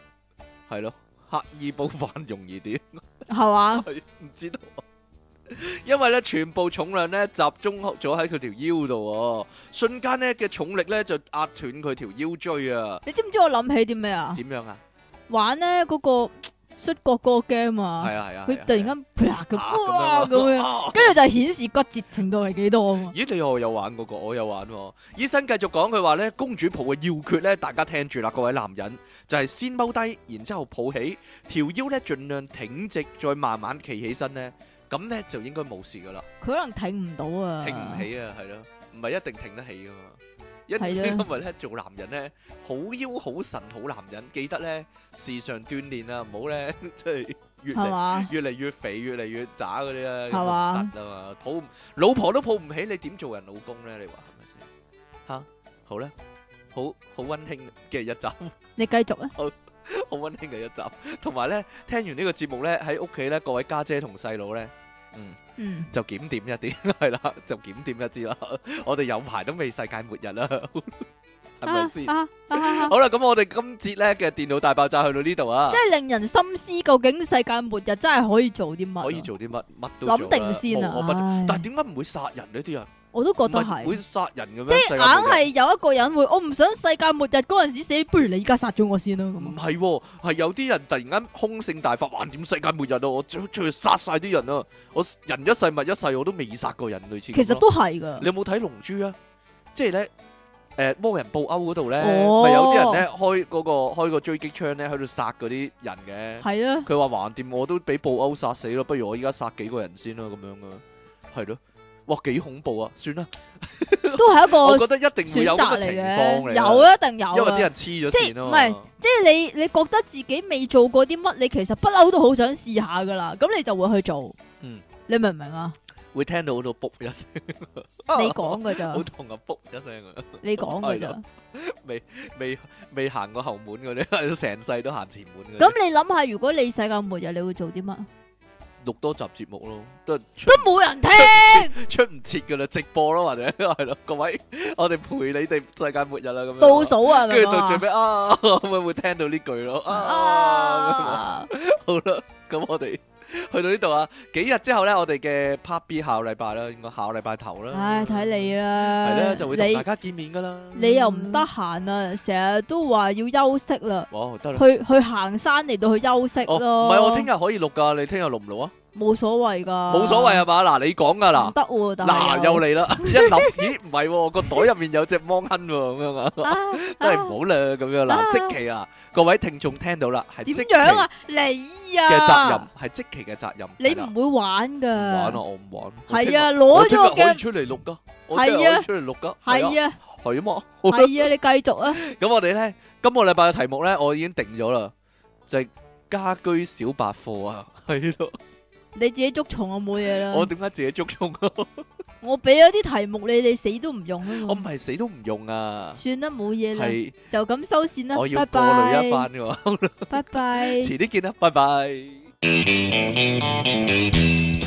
係咯，刻意煲飯容易啲，係嘛？係 唔知道啊。因為咧，全部重量咧集中咗喺佢條腰度、喎，瞬間咧嘅重力咧就壓斷佢條腰椎啊！你知唔知我諗起啲咩啊？點樣啊？玩咧嗰個呃摔角嗰個 game 係啊，啊係啊！佢係啊突然間啪咁啊哇咁咁樣 樣，啊跟住就顯示骨折程度係幾多啊嘛？咦，你又有玩嗰、個，我有玩、喎。醫生繼續講佢話呢，公主抱嘅要訣呢，大家聽住啦，各位男人就係、先踎低，然之後抱起條腰呢，盡量挺直，再慢慢企起身呢。咁呢，就應該冇事噶啦，佢可能挺唔到啊，挺唔起啊，係咯，唔係一定挺得起噶嘛。一係啊因為呢，做男人呢，好腰好神好男人，記得呢，時常鍛鍊啊，唔好呢， 即係越嚟係嘛？越嚟越肥，越嚟越渣嗰啲啊，係嘛核突啊嘛，抱唔老婆都抱唔起，你點做人老公咧？你話係咪先？吓，好啦，好好温馨嘅一集， 你繼續啊，好温馨嘅一集，同埋咧，聽完呢個節目咧，喺屋企咧，各位家姐同細佬咧，嗯，嗯，就檢點一啲，係啦，就檢點一啲 啦。我哋有排都未世界末日啦，係咪先？啊啊啊啊好啦，咁我哋今節咧嘅電腦大爆炸去到呢度啊即，係令人深思，究竟世界末日真係可以做啲乜啊？可以做啲乜？乜都做啦諗定先啊！無我不唉但係點解唔會殺人呢啲人？我都覺得唔係係，會殺人嘅咩？即世界係末日硬係有一個人會，我唔想世界末日嗰陣時死，不如你而家殺咗我先啦咁唔啊。係喎，係有啲人突然間空性大發，橫掂世界末日啊！我出出去殺晒啲人啊！我人一世物一世，我都未殺過人，類似咁其實咯都係噶你，有冇睇《龍珠》啊？即係咧，誒魔人布歐嗰度咧，哦咪有啲人咧開嗰個開個狙擊槍咧，喺度殺嗰啲人嘅。係啊，佢話橫掂我都俾布歐殺死咯，不如我依家殺幾個人先啦，咁樣噶，係咯。哇，幾恐怖啊！算啦，都係一我覺個得一定會哦選有咁擇嘅嚟情況嘅，嚟㗎，有啊一定有因為啲啊。人黐咗即係線啊唔嘛係即係你你覺得自己未做過啲乜，你其實不嬲都好想試下噶啦，咁你就會去做。嗯你明唔明啊？會聽到嗰度卜一聲， 你講噶咋好，痛啊！卜一聲啊，你講噶係咋咯。未未行過後門嗰啲，成世都行前門嘅。咁你諗下，如果你世界末日，你會做啲乜？錄多集節目咯，都係出都冇人聽，出唔切噶啦，直播咯或者係咯，各位，我哋陪你哋世界末日啦咁樣。 倒，數啊，跟咁住到最樣尾啊， 會唔會聽到呢句咯？啊啊，啊，好啦，咁我哋去到呢度啊，幾日之後咧，我哋嘅 Part B 下個禮拜啦，應該下個禮拜頭啦。 唉，睇你啦，係咧，就會同大你家見面噶啦。你又唔得？閒啊，成日都話要休息啦，哦，得啦。去去行山嚟到去休息哦，咯，唔係我聽日可以錄噶，你聽日錄唔錄啊？冇所謂噶，冇所謂啊嘛，嗱你講噶唔啦，得喎，但嗱係又嚟啦， 一諗咦唔係喎，個袋入面有隻芒亨喎咁樣啊，啊，都係啊唔好啦咁樣啦啊，即期啊，各位聽眾聽到啦，係即點期樣嘅啊？你啊，責任，，係即期嘅責任，你係啦唔會玩噶，唔玩啊，我唔玩，我聽日係啊，攞咗我聽日可我以嘅，出嚟錄噶，我係聽啊日可以出嚟錄噶， 係啊，係啊嘛，好啦係啊，你繼續啊， 咁我哋咧今個禮拜嘅題目咧，我已經定咗啦，就係家居小百貨啊， 係咯，你自己捉蟲我冇嘢啦，我點解自己捉蟲啊？ 我俾咗啲題目你，你死都唔用啊我唔嘛。係死都唔用啊，算啦，冇嘢啦，係。就咁收線啦我，要拜過濾一拜，番嘅喎，拜 拜。遲啲見啦，拜拜。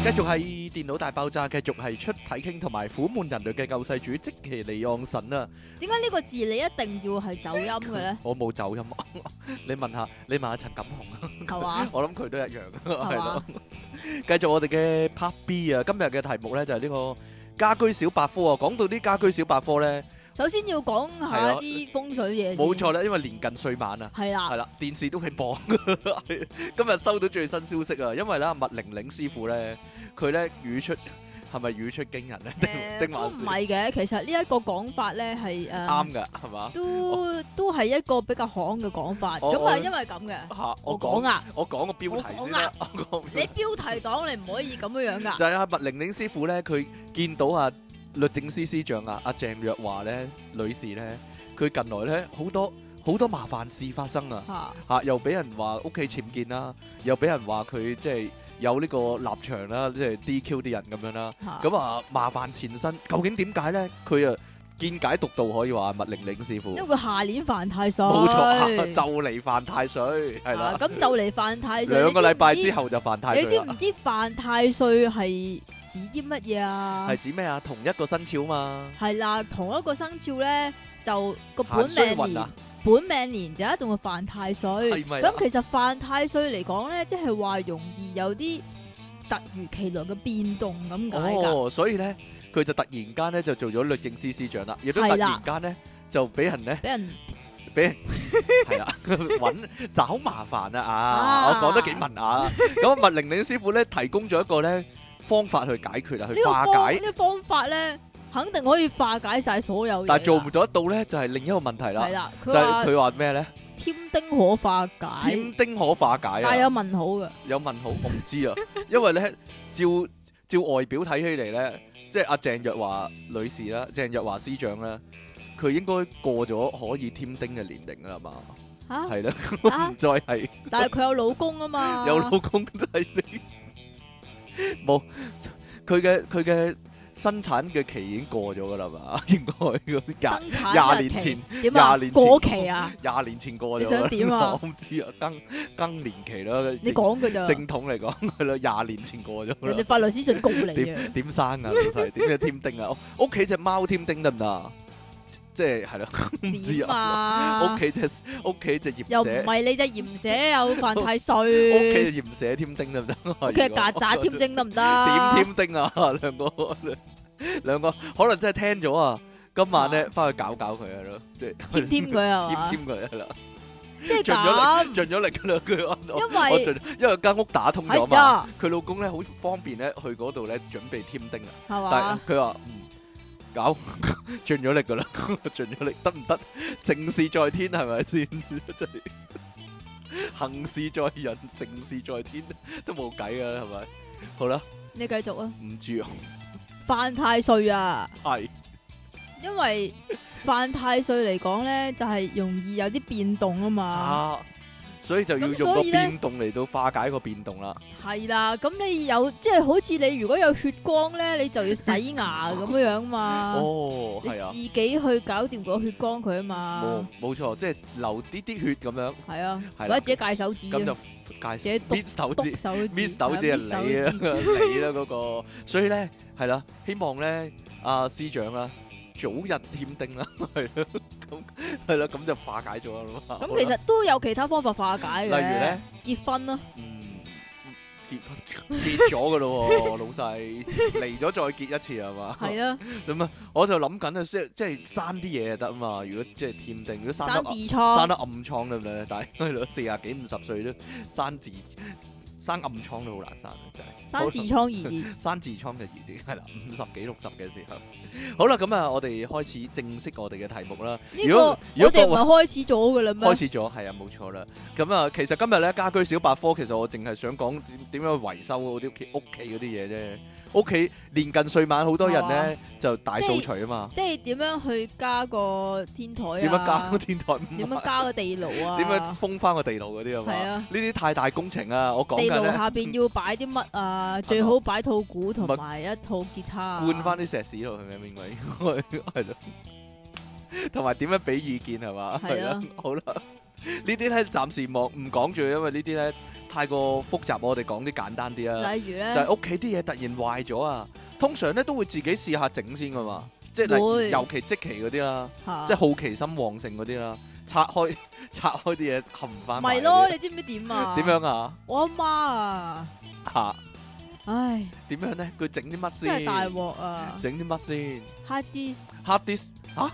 繼續係電腦大爆炸，繼續係出體傾同埋苦悶人類嘅救世主即其離岸神啊！點解呢個字你一定要係走音嘅咧？我冇 走音，你問下你問下陳錦鴻 啊，係嘛？我諗佢都一樣，係 係咯嘛。繼續我哋嘅 Part B 啊，今日嘅題目咧就係呢個家居小百科啊。講到啲家居小百科咧，首先要講下啲風水嘢先。啊冇錯，啦，因為年近歲晚啊。係係 啦，啦，電視都係播。今日收到最新消 息啊，因為啦，麥玲玲師傅咧，佢咧語出係咪語出驚人咧？誒定定都還唔是係嘅。其實呢一個講法咧係誒，啱㗎係嘛？都都係一個比較行嘅講法。我咁我啊，因為咁嘅，嚇我我講講啊，我講個標題先啦。 我講個標你題標題黨你唔可以咁樣樣就 噶。係阿麥玲玲師傅咧，佢見到啊律政司司長啊阿鄭若驊咧女士咧，佢近來咧好多好多麻煩事發生啊！嚇嚇，又俾人話屋企僭建啦，又俾人話佢即係有呢個立場啦，即係 DQ 啲人咁樣啦。嚇咁啊，麻煩前身，究竟點解咧？佢啊見解獨到，可以話麥玲玲師傅因為佢下年犯太歲。冇錯啊，就嚟犯太歲，係啊啦，咁就嚟犯太歲。兩個你知唔禮拜知之後就犯太你歲知啦唔。知犯太歲係指啲乜嘢啊係？指咩啊？同一個生肖嘛，係啦，同一個生肖咧，就個本行衰命運年啊，，本命年就一定會犯太歲。係咪啊咁？其實犯太歲嚟講咧，即係話容易有啲突如其來嘅變動咁解㗎。哦，所以咧，佢就突然間咧就做咗律政司司長啦，亦都突係啦然間咧就俾人 咧。俾人俾係啦，揾找麻煩啊！啊，啊我講得幾文雅啊！咁啊麥玲玲師傅咧提供咗一個咧方法去解決啊，呢去個化方解呢，個方法咧，肯定可以化解晒所有嘢㗎。但係做唔做得到咧，就係另一個問題係啦。啦，就佢係話佢話咩咧？添丁可化解，添丁可化解但係有啊！問號㗎。有問號，我唔知啊， 因為咧照照外表睇起嚟咧，即係阿鄭若驊女士啦，鄭若驊司長啦，佢應該過咗可以添丁嘅年齡啦嘛，嚇係啦，啊唔再係。但係佢有老公啊嘛。有老公都係你 冇佢嘅佢嘅生產嘅期已經過咗噶啦嘛， 應該嗰啲啊廿生產廿年前點啊？廿年前過期 啊？廿年前過咗。你想點啊 我唔知啊，更更年期啦。你講嘅咋？正正統嚟講係咯，廿年前過咗人啦哋。法律師信告你 啊點！點生啊，老細？點嘅添丁啊？屋屋企只貓添丁得唔得啊？即係係咯，唔知點啊。啊屋？企只屋企只葉又唔舍，係你隻鹽蛇有犯太 屋企歲，只 葉舍添丁得唔得啊？à. à, 屋企嘅曱甴添精得唔得？點添丁啊，兩個兩個可能真係聽咗啊，今晚咧啊翻去搞搞佢係咯，即係 貼添佢係嘛添，添佢係啦，即係盡咗咁，盡咗力㗎啦，佢我我因我為盡，因為間屋打通咗係嘛，呀，佢老公咧好方便咧去嗰度咧準備添丁啊。係但嘛，係佢話嗯 搞盡咗力噶啦， 盡咗力得唔得？成事在天係 咪先？真係行事在人，成事在天都冇計噶啦，係咪？好啦，你繼續啊，唔住犯太歲啊！係因為犯太歲嚟講咧，就係容易有啲變動啊嘛，啊，所以就要咁用個所以呢變動嚟到化解個變動啦。係啦、咁你有即係好似你如果有血光咧，你就 要洗牙咁樣樣嘛，哦，你係啊自，己去搞掂個血光佢啊冇嘛，冇錯，即係流啲啲血咁樣，係啊，係啦或者自己戒手指咁啊，就自介己紹搣手指 篤。手指，啊搣手指係你啊，搣手指，你啊啦嗰個，所以咧係啦，希望咧阿司長啦，早日添丁啦， 係咯，咁係啦，咁就化解咗啦嘛。咁其實都有其他方法化解嘅，例如咧，結婚啦，嗯，結 婚結咗噶咯 喎，老細嚟咗再結一次係嘛？係啊， 咁啊，我就諗緊啊，即即係生啲嘢就得啊嘛。如果即係添丁，如果生得生痔生瘡得暗瘡得唔得咧？但係 係咯，四廿幾五十歲都生字生暗瘡都好難生，真係。生痔瘡易 啲，生痔瘡就易啲，係啦， 五十幾六十嘅時候。好啦，咁啊，我哋開始正式我哋嘅題目啦。呢如個果如我哋唔果係開始咗噶啦各位開咩？始咗，係啊，冇錯啦。咁啊，其實今日咧家居小百科，其實我淨係想講點點樣維修嗰啲屋企屋企嗰啲嘢啫。屋企年近歲晚，好多人係咧就大掃除啊嘛。即係點樣去加個天台啊？點樣加個天台？點樣加個地牢啊？ 點樣封翻個地牢嗰啲啊嘛？係啊呢啲太大工程啊！我講地緊牢咧，下邊要擺啲乜 啊？最好擺套鼓同埋一套吉他啊。灌翻啲石屎落去咩？應該應該係咯，同埋點樣俾意見係嘛？係啊啦，好啦，呢啲咧暫時望唔講住，因為呢啲咧太過複雜，我哋講啲簡單啲啊。例如就咧，係屋企啲嘢突然壞咗啊，通常咧都會自己試下整先噶嘛，即係例如會啊尤其即期嗰啲啦，嚇即係好奇心旺盛嗰啲啦，拆開 拆開啲嘢冚翻。咪咯？你知唔知點啊？點？樣啊？我阿媽啊，嚇唉，點樣咧？佢整啲乜真係大先？鑊啊整啲乜先？ ！hard disk hard disk 嚇，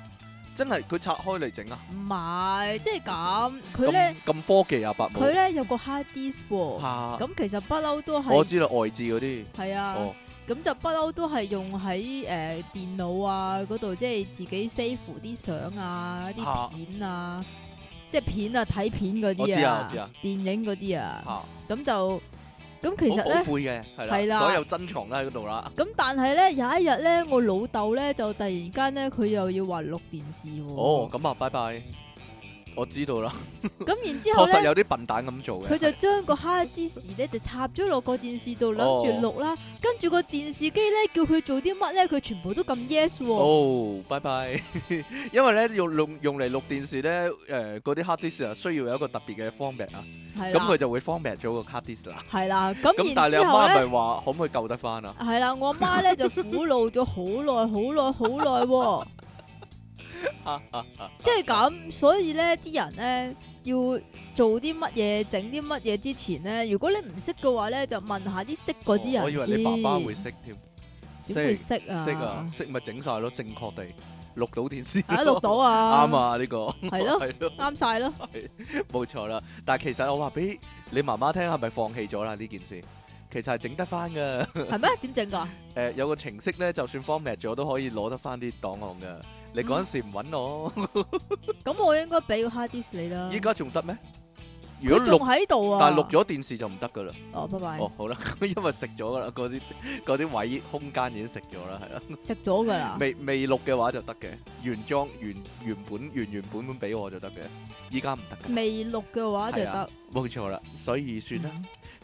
真係佢拆開嚟整啊！唔係，即係咁，佢咁咧咁科技啊，伯母佢咧有個 hard disk 喎，嚇，咁其實不嬲都我係知道外置嗰啲係啊。哦，咁就不嬲都係用喺誒、呃、電腦啊嗰度，即係自己 save 啲相啊、啊啲片啊，即係片啊、睇片嗰我知啲啊我知啊啊、電影嗰啲啊，嚇，咁就咁其實好咧，寶貝哦嘅係係啦，啦所有珍藏都喺嗰度啦，咁但係咧有一日咧，我老豆咧就突然間咧佢又要話錄電視喎、哦，咁啊，拜拜，我知道啦，咁然之後確實咧。有啲笨蛋咁做嘅，佢就將個 hard disk 咧就插咗落個電視度，諗住哦錄啦。跟住個電視機咧叫佢做啲乜咧，佢全部都撳 yes 喎。哦，拜拜， 因為咧用用用嚟錄電視咧，誒嗰啲 hard disk 啊，需要有一個特別嘅 format 啊，係咁啦佢，就會 format 咗個 hard disk 啦，係啦。咁咁但係你然之阿後媽咧咪。話可唔可以救得翻啊？系啦，我阿媽咧就苦惱咗好耐、好耐、好耐 喎，即係咁，所以咧啲人咧要做啲乜嘢、整啲乜嘢之前咧，如果你唔識嘅話咧，就問下啲識嗰啲人先。哦我以為你爸爸會識添，點會識啊？識啊，，識咪整晒咯，正確地錄到電視，係啊，錄到啊，啱，啊呢個，係 係咯，咯，啱晒咯，冇錯啦。但係其實我話俾你媽媽聽，係咪放棄咗啦呢件事？其實係整得翻噶，係咩？點整噶？ 誒有個程式咧，就算 format 咗都可以攞得翻啲檔案噶。你嗰陣時唔揾我，咁我應該俾個 hard disk 你啦。依家仲得咩？如佢果仲錄，喺度啊，但係錄咗電視就唔得噶啦。哦，拜拜哦，，好啦， 因為食咗噶啦，嗰啲嗰啲位空間已經食咗啦，係啦。食咗噶啦，未未錄嘅話就得嘅，原裝原原本原原本本俾我就得嘅，依家唔得嘅，未錄嘅話就係啊得。冇錯啦，所以算啦，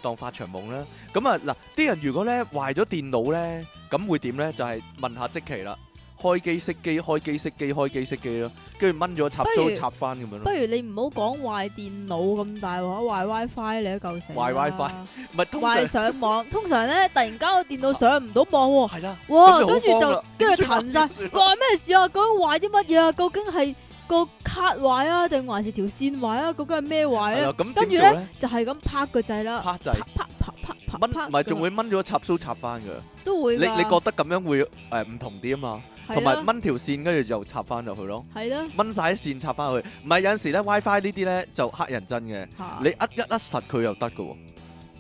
當發長夢啦。咁啊嗱，啲人如果咧壞咗電腦咧，咁會點咧？就係、問下即期啦，開機熄機，開機熄機，開機熄機咯，跟住掹咗插不蘇如插翻咁樣不咯。如你唔好講壞電腦咁大鑊，壞 WiFi 你都夠死啦。壞 WiFi 唔係通常壞上 網，通常咧突然間個電腦上唔到網喎，係啦，哇！啊咁跟就住好慌啦就跟住騰晒點算啊，哇！咩事啊？究竟壞啲乜嘢啊？究竟係個卡壞啊，定還是條線壞啊？究竟係咩壞係啦咧？咁跟住點做咧就係咁拍個掣啦，啪掣啪啪啪啪啪掹啪唔係仲㗎會掹咗個插蘇插翻噶。都會你㗎你覺得咁樣會誒唔同啲啊嘛？係同埋啦掹條線跟住就插翻入去咯，係啦掹晒啲線插翻去。唔係有陣時咧 WiFi 呢啲咧就黑人憎嘅，嚇你呃一呃實佢又得噶喎。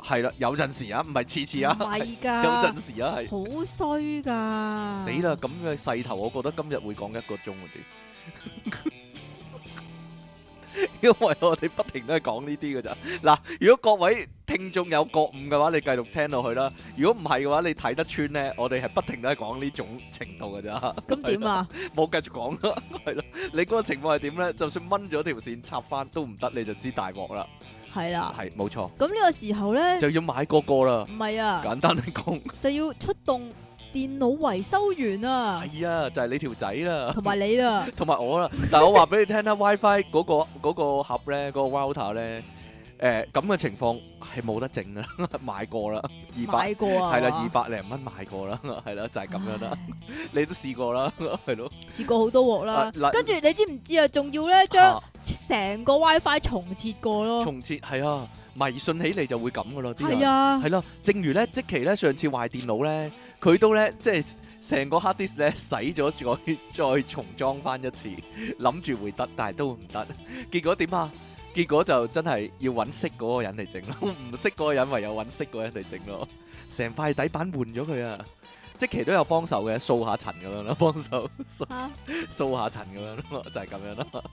係啦，有陣時啊，唔係次次啊唔，係 有㗎，陣時啊係。好衰㗎，死啦！咁嘅勢頭，我覺得今日會講一個鐘嗰啲， 因為我哋不停都係講呢啲嘅咋。嗱，如果各位聽眾有覺悟嘅話，你繼續聽落去啦；如果唔係嘅話，你睇得穿呢，我哋係不停都係講呢種程度嘅咋。咁點啊？冇繼續講啦，係咯。你嗰個情況係點呢？就算掹咗條線插翻都唔得，你就知大鑊啦。係啦，係冇錯，咁呢個時候咧，就要買個個啦。唔係啊，簡單啲講，就要出動電腦維修員啊，係啊，就係你條仔啦。同埋你啊啦，同埋我啦，但係我話俾你聽啦，WiFi 嗰、個嗰個盒咧，嗰、個 router 咧，誒咁嘅情況係冇得整啦，買過啦，二百買過啊，係啦，二百零蚊買過啦，係啦，就係、咁樣啦，你都試過啦，係咯，試過好多鑊啦啊嗱。跟住你知唔知啊？仲要咧將啊成個 WiFi 重設過咯，重設係啊，迷信起嚟就會咁噶啦，啲係人啊，係啦，正如咧，即期咧上次壞電腦咧，佢都咧即係。成個 hard disk 咧洗咗再 再重裝翻一次， 諗住會得，但係都唔得。 結果點啊？結果就真係要揾識嗰個人嚟整咯， 唔識嗰個人唯有揾識嗰個人嚟整咯。成塊底板換咗佢啊！即期都有幫手嘅，掃下塵咁樣咯，幫手掃嚇掃下塵咁樣咯， 就係、咁樣咯。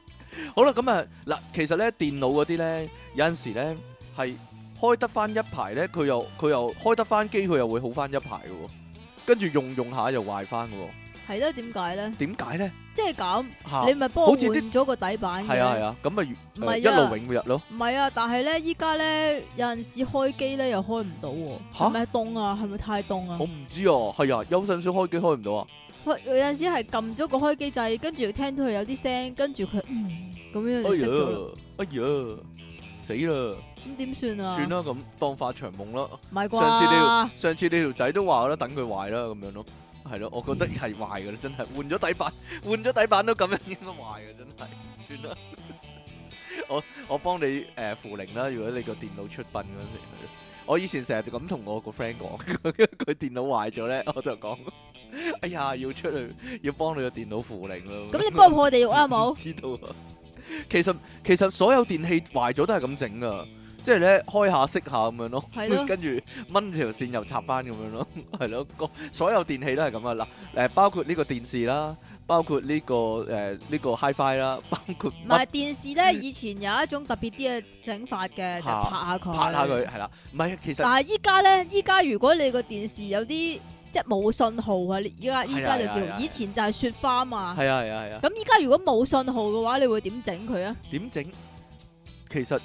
好啦，咁啊嗱，其實咧電腦嗰啲咧有陣時咧係開得翻一排咧，佢又佢又開得翻機，佢又會好翻一排嘅喎。跟住用用下又壞翻嘅喎，係啦，點解咧？點解咧？即係咁，嚇你咪幫我啊好換似啲咗個底板嘅。係啊係啊，咁咪唔係啊誒一路永日咯。唔係啊，但係咧，依家咧有陣時開機咧又開唔到喎，吓係咪凍啊？係咪太凍啊我？唔知啊，係啊，有陣時開機開唔到啊，喂有陣時係撳咗個開機掣，跟住聽到佢有啲聲，跟住佢嗯咁樣哎就熄咗呀，啦。哎呀，死啦，咁點算啊？算，啦，咁當發長夢啦。唔係啩？上次你條上次你條仔都話啦，等佢壞啦咁樣咯，係咯，我覺得係壞嘅啦，真係換咗底板， 換咗底板都咁樣應該壞嘅，真係算啦。 我我幫你誒、呃扶靈啦，如果你個電腦出殯嗰陣時，係咯我以前成日咁同我個 friend 講， 佢佢電腦壞咗咧， 我就講：哎呀，要出去要幫你個電腦扶靈咯。咁你幫我破地獄 啦，唔冇？知道啊。其實其實所有電器壞咗都係咁整噶，即係咧開下熄下咁樣咯係咯，跟住掹條線又插翻咁樣咯， 係咯，個所有電器都係咁啊嗱，誒包括呢個電視啦，包括呢、個誒呢、個 HiFi 啦， 包括唔乜係電視咧，以前有一種特別啲嘅整法嘅，就嚇拍下佢。拍下。佢係啦，唔係其實但係依家咧，依家如果你個電視有啲即係冇信號啊，你依家依家就係啊係啊係叫，啊以前就係雪花嘛。係啊係啊係啊，咁依家如果冇信號嘅話，你會點整佢啊？點整？其實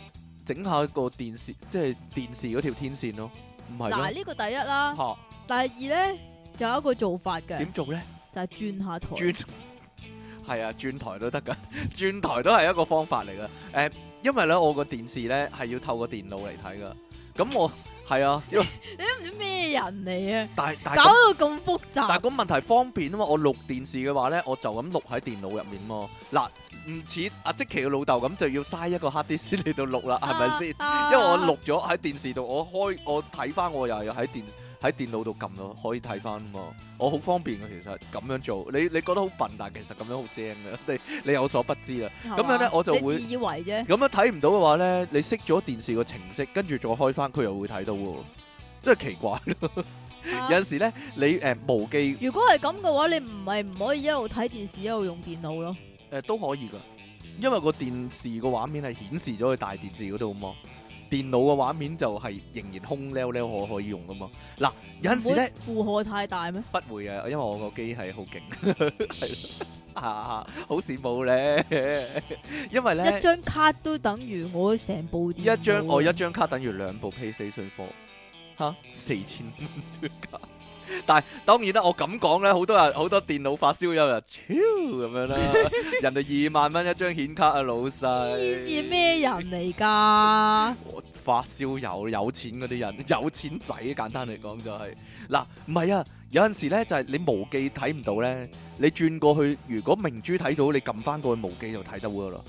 整下個電視，即係電視嗰條天線咯，唔係嗱，呢個第一啦，咯第二咧就有一個做法嚇嘅，點做咧？就係轉下台。轉係啊，轉台都得噶， 轉台都係一個方法嚟噶。誒、因為咧我個電視咧係要透過電腦嚟睇噶，咁我係啊，因為你都唔知咩人嚟啊？但但搞到咁複但雜，個問題方便啊嘛，我錄電視嘅話咧，我就咁錄喺電腦入面嘛。嗱，唔似阿積奇嘅老豆咁，就要嘥一個 hard disk 先嚟到錄啦，係咪先？啊因為我錄咗喺電視度，我開我睇翻，我又係喺電喺電腦度撳咯，可以睇翻啊嘛。我好方便嘅，其實咁樣做，你你覺得好笨，但係其實咁樣好正嘅， 你你有所不知啦。係咁樣咧嘛我就你會自以為啫。咁樣睇唔到嘅話咧，你熄咗電視個程式，跟住再開翻，佢又會睇到喎，真係奇怪。啊有陣時咧，你誒、呃、無記誒、如果係咁嘅話，你唔係唔可以一路睇電視一路用電腦咯。呃都可以㗎，因為個電視個畫面係顯示咗去大電視嗰度啊嘛。電腦嘅畫面就係仍然空溜溜可可以用㗎嘛。嗱，有陣時咧。唔會負荷太大咩？不會啊，因為我個機係好勁， 係咯 啊，好羨慕咧。 因為咧一張卡都等於我成部電腦啊一張哦我一張卡等於兩部 PlayStation Four，嚇四千蚊張卡。但係當然啦，我咁講咧，好多人好多電腦發燒友就超咁樣 啦，人哋二萬蚊一張顯卡啊，老細。黐哎線咩人 嚟㗎？我發燒友有錢嗰啲人， 有錢仔簡單嚟講就係、嗱，唔係啊，有陣時咧就係、你無記睇唔到咧，你轉過去，如果明珠睇到，你撳翻過去無記就睇到噶啦。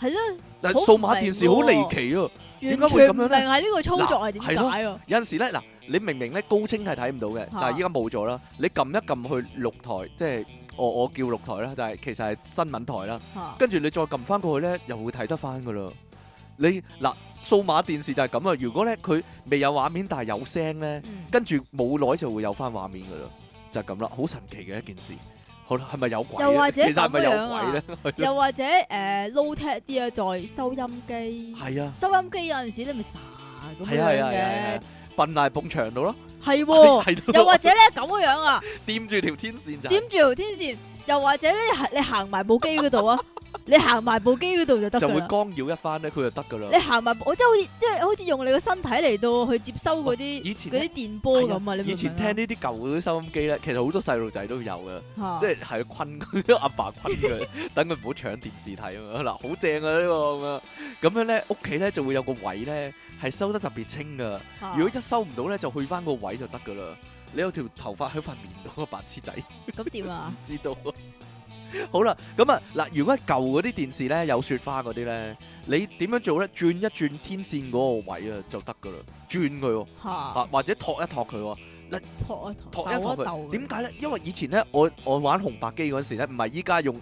係咯，但好係數碼電視好唔明喎離奇啊！點解完會全咁唔樣明咧係呢個操作係點嗱係咯解啊？有陣時咧，嗱，你明明咧高清係睇唔到嘅，嚇但係依家冇咗啦。你撳一撳去六台，即係我我叫六台啦，但係其實係新聞台啦。吓跟住你再撳翻過去咧，又會睇得翻噶啦。你嗱數碼電視就係咁啊。如果咧佢未有畫面，但係有聲咧，嗯跟住冇耐就會有翻畫面噶啦，就係咁啦。好神奇嘅一件事。好啦，係咪有鬼呢？又或者 其實係咪咁樣啊有鬼咧？又或者诶 low tech 啲啊，再收音機，係啊，收音機有陣時你咪傻咁係啊，係啊，樣係啊嘅，，笨大埲牆度咯，係喎。 係又咯，或者咧咁樣樣啊，掂住條天線 就係點住條天線，又或者咧行你行埋部機 嗰度啊，你行埋部機嗰度就得就㗎會啦。干擾一番咧，佢就得噶啦你。行埋部，我即係好似即係好似用你個身體嚟到去接收嗰啲以前嗰啲電波咁啊，你以明唔明前啊聽呢啲舊嗰啲收音機咧，其實好多細路仔都有嘅，嚇即係係困 佢阿爸困佢， 等佢唔好搶電視睇啊嘛。嗱，好正啊呢個咁啊，咁樣咧屋企咧就會有個位咧係收得特別清噶。嚇如果一收唔到咧，就去翻個位就得噶啦。你有條頭髮喺塊面度啊，白痴仔，唔咁點啊？知道。 好啦，咁啊嗱，如果係舊嗰啲電視咧有雪花嗰啲咧，你點樣做咧？轉一轉天線嗰個位啊就得噶啦，轉佢喎。嚇啊，或者托一托佢喎，托一托，托一托鬥鬥佢。點解咧？因為以前咧，我我玩紅白機嗰陣時咧，唔係依家用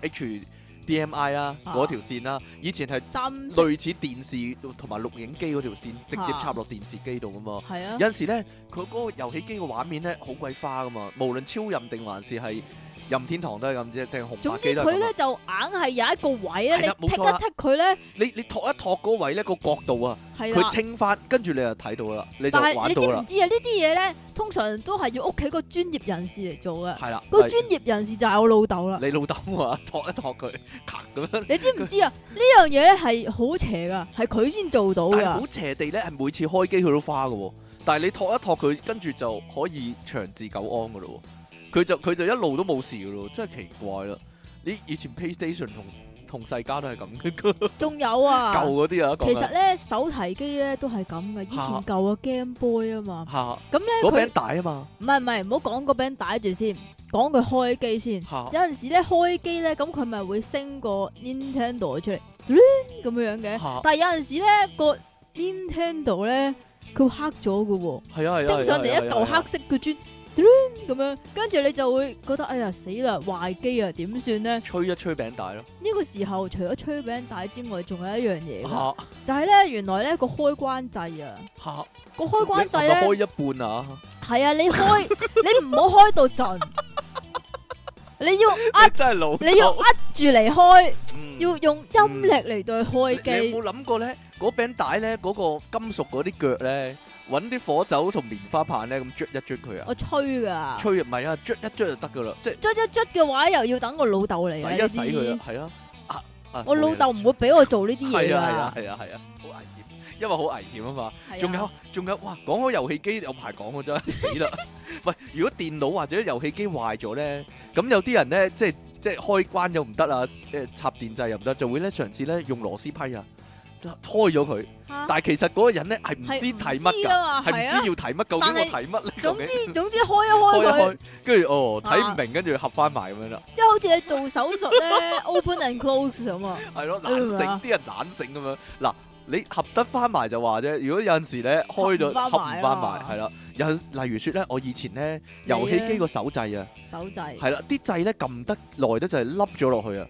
HDMI 啦，啊嗰條線啦，以前係三色類似電視同埋錄影機嗰條線，直接插落電視機度噶嘛。係啊，有陣時咧，佢嗰個遊戲機個畫面咧好鬼花噶嘛，無論超任定還是係任天堂都係咁啫，定係紅白總之機都係咁佢啊咧。就硬係有一個位咧，係你啦冇剔錯啦一剔佢咧你你托一托嗰位咧個角度啊，係佢啦。清翻，跟住你就睇到啦，你就但係玩你到知唔啦，知啊？呢啲嘢咧，通常都係要屋企個專業人士嚟做嘅。係啦。個例專業人士就係我老豆啦。你老豆啊，托一托佢，咔咁樣。你知唔知啊？呢樣嘢咧係好邪噶，係佢先做到但係噶好。邪地咧，係每次開機佢都花嘅喎。但係你托一托佢，跟住就可以長治久安嘅咯喎。佢就佢就一路都冇事嘅咯，真係奇怪啦！你以前 PlayStation 同同世嘉都係咁嘅，舊仲有啊，嗰啲啊，其實咧手提機咧都係咁嘅。以前嚇舊嘅 Game Boy 啊嘛，嚇咁咧嗰餅佢帶啊嘛唔係唔係，唔好講個餅帶住先，講佢開機先。嚇有陣時咧開機咧，咁佢咪會升個 Nintendo 出嚟，咁樣樣嘅。嚇，但係有陣時咧個 Nintendo 咧，佢黑咗嘅喎。係 啊係啊，升上嚟一嚿黑黑色嘅磚，咁樣，跟住你就會覺得哎呀死啦，壞機啊，點算呢？吹一吹餅帶咯呢個時候除咗吹餅帶之外，仲有一樣嘢㗎，嚇就係呢，原來呢個開關掣啊，嚇，個開關掣你係咪呢，開一半啊，係 啊，你開你唔好開到盡，你要呃你真係老你要豆呃住嚟開，嗯要用音力嚟到去開你你有機，冇諗過咧？嗰餅帶咧，嗰個金屬嗰啲腳咧，揾啲火酒同棉花棒咧咁捽一捽佢啊！我吹噶，吹唔係啊，捽一捽就得噶啦，即係捽一捽嘅話又要等我老豆嚟啊洗一洗佢呢啊啲，，係啊，啊啊我老豆唔會俾我做呢啲嘢係啊㗎係啊係啊係啊，好危險，因為好危險啊嘛。係啊，仲有仲有，哇！講開遊戲機有排講嘅 真係死啦！喂，如果電腦或者遊戲機壞咗咧，咁有啲人咧即係即係開關又唔得啊，誒插電掣又唔得，就會咧嘗試咧用螺絲批啊，開咗佢。嚇但係其實嗰個人咧係唔係知唔睇知乜㗎㗎，嘛係唔係啊知要睇乜，究竟但係我睇乜咧？究總竟之 總之開一開一佢，開，跟住哦啊睇唔明，跟住合翻埋咁樣啦，即係好似你做手術 咧，open and close 咁啊，係 咯，你懶明唔明醒啊啲人懶醒咁樣嗱。你合得翻埋就話啫，如果有陣時咧開咗合唔合唔返埋啊翻埋，係啦。有例如説咧，我以前咧你啊遊戲機個手掣啊，手掣係啦，啲掣咧撳得耐得就係凹咗落去啊。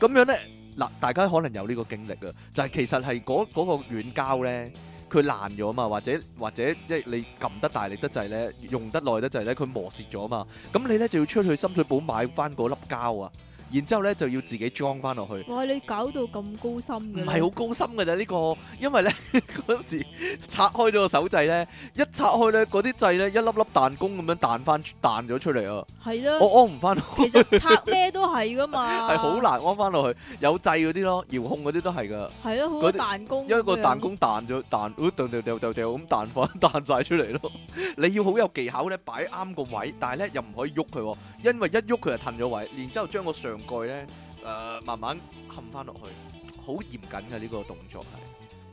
咁樣咧嗱，大家可能有呢個經歷啊，就係其實係嗰嗰個軟膠咧，佢爛咗嘛，或者或者即係你撳得大力得滯咧，用得耐得滯咧，佢磨蝕咗嘛。咁你咧就要出去深水埗買翻嗰粒膠啊，然之後咧就要自己裝翻落去。哇！你搞到咁高深唔嘅係好咧，高深嘅啫，呢 個，因為咧嗰時拆開咗個手掣咧，一拆開咧嗰啲掣咧一粒粒彈弓咁樣彈翻彈咗出嚟啊！係啦，我安唔 翻，係其實拆咩都係 噶嘛，好，難安翻落去。有掣嗰啲咯，遙控嗰啲都係噶，係咯，好嗰多啲彈弓咁啊樣，因為個彈弓彈咗彈，呃掉掉掉掉掉咁彈翻 彈晒出嚟咯。 你要好有技巧咧，擺啱個位，但係咧又唔可以喐佢喎，因為一喐佢就褪咗位，然之後將個上蓋咧誒慢慢冚翻落去，好嚴謹嘅呢個動作係。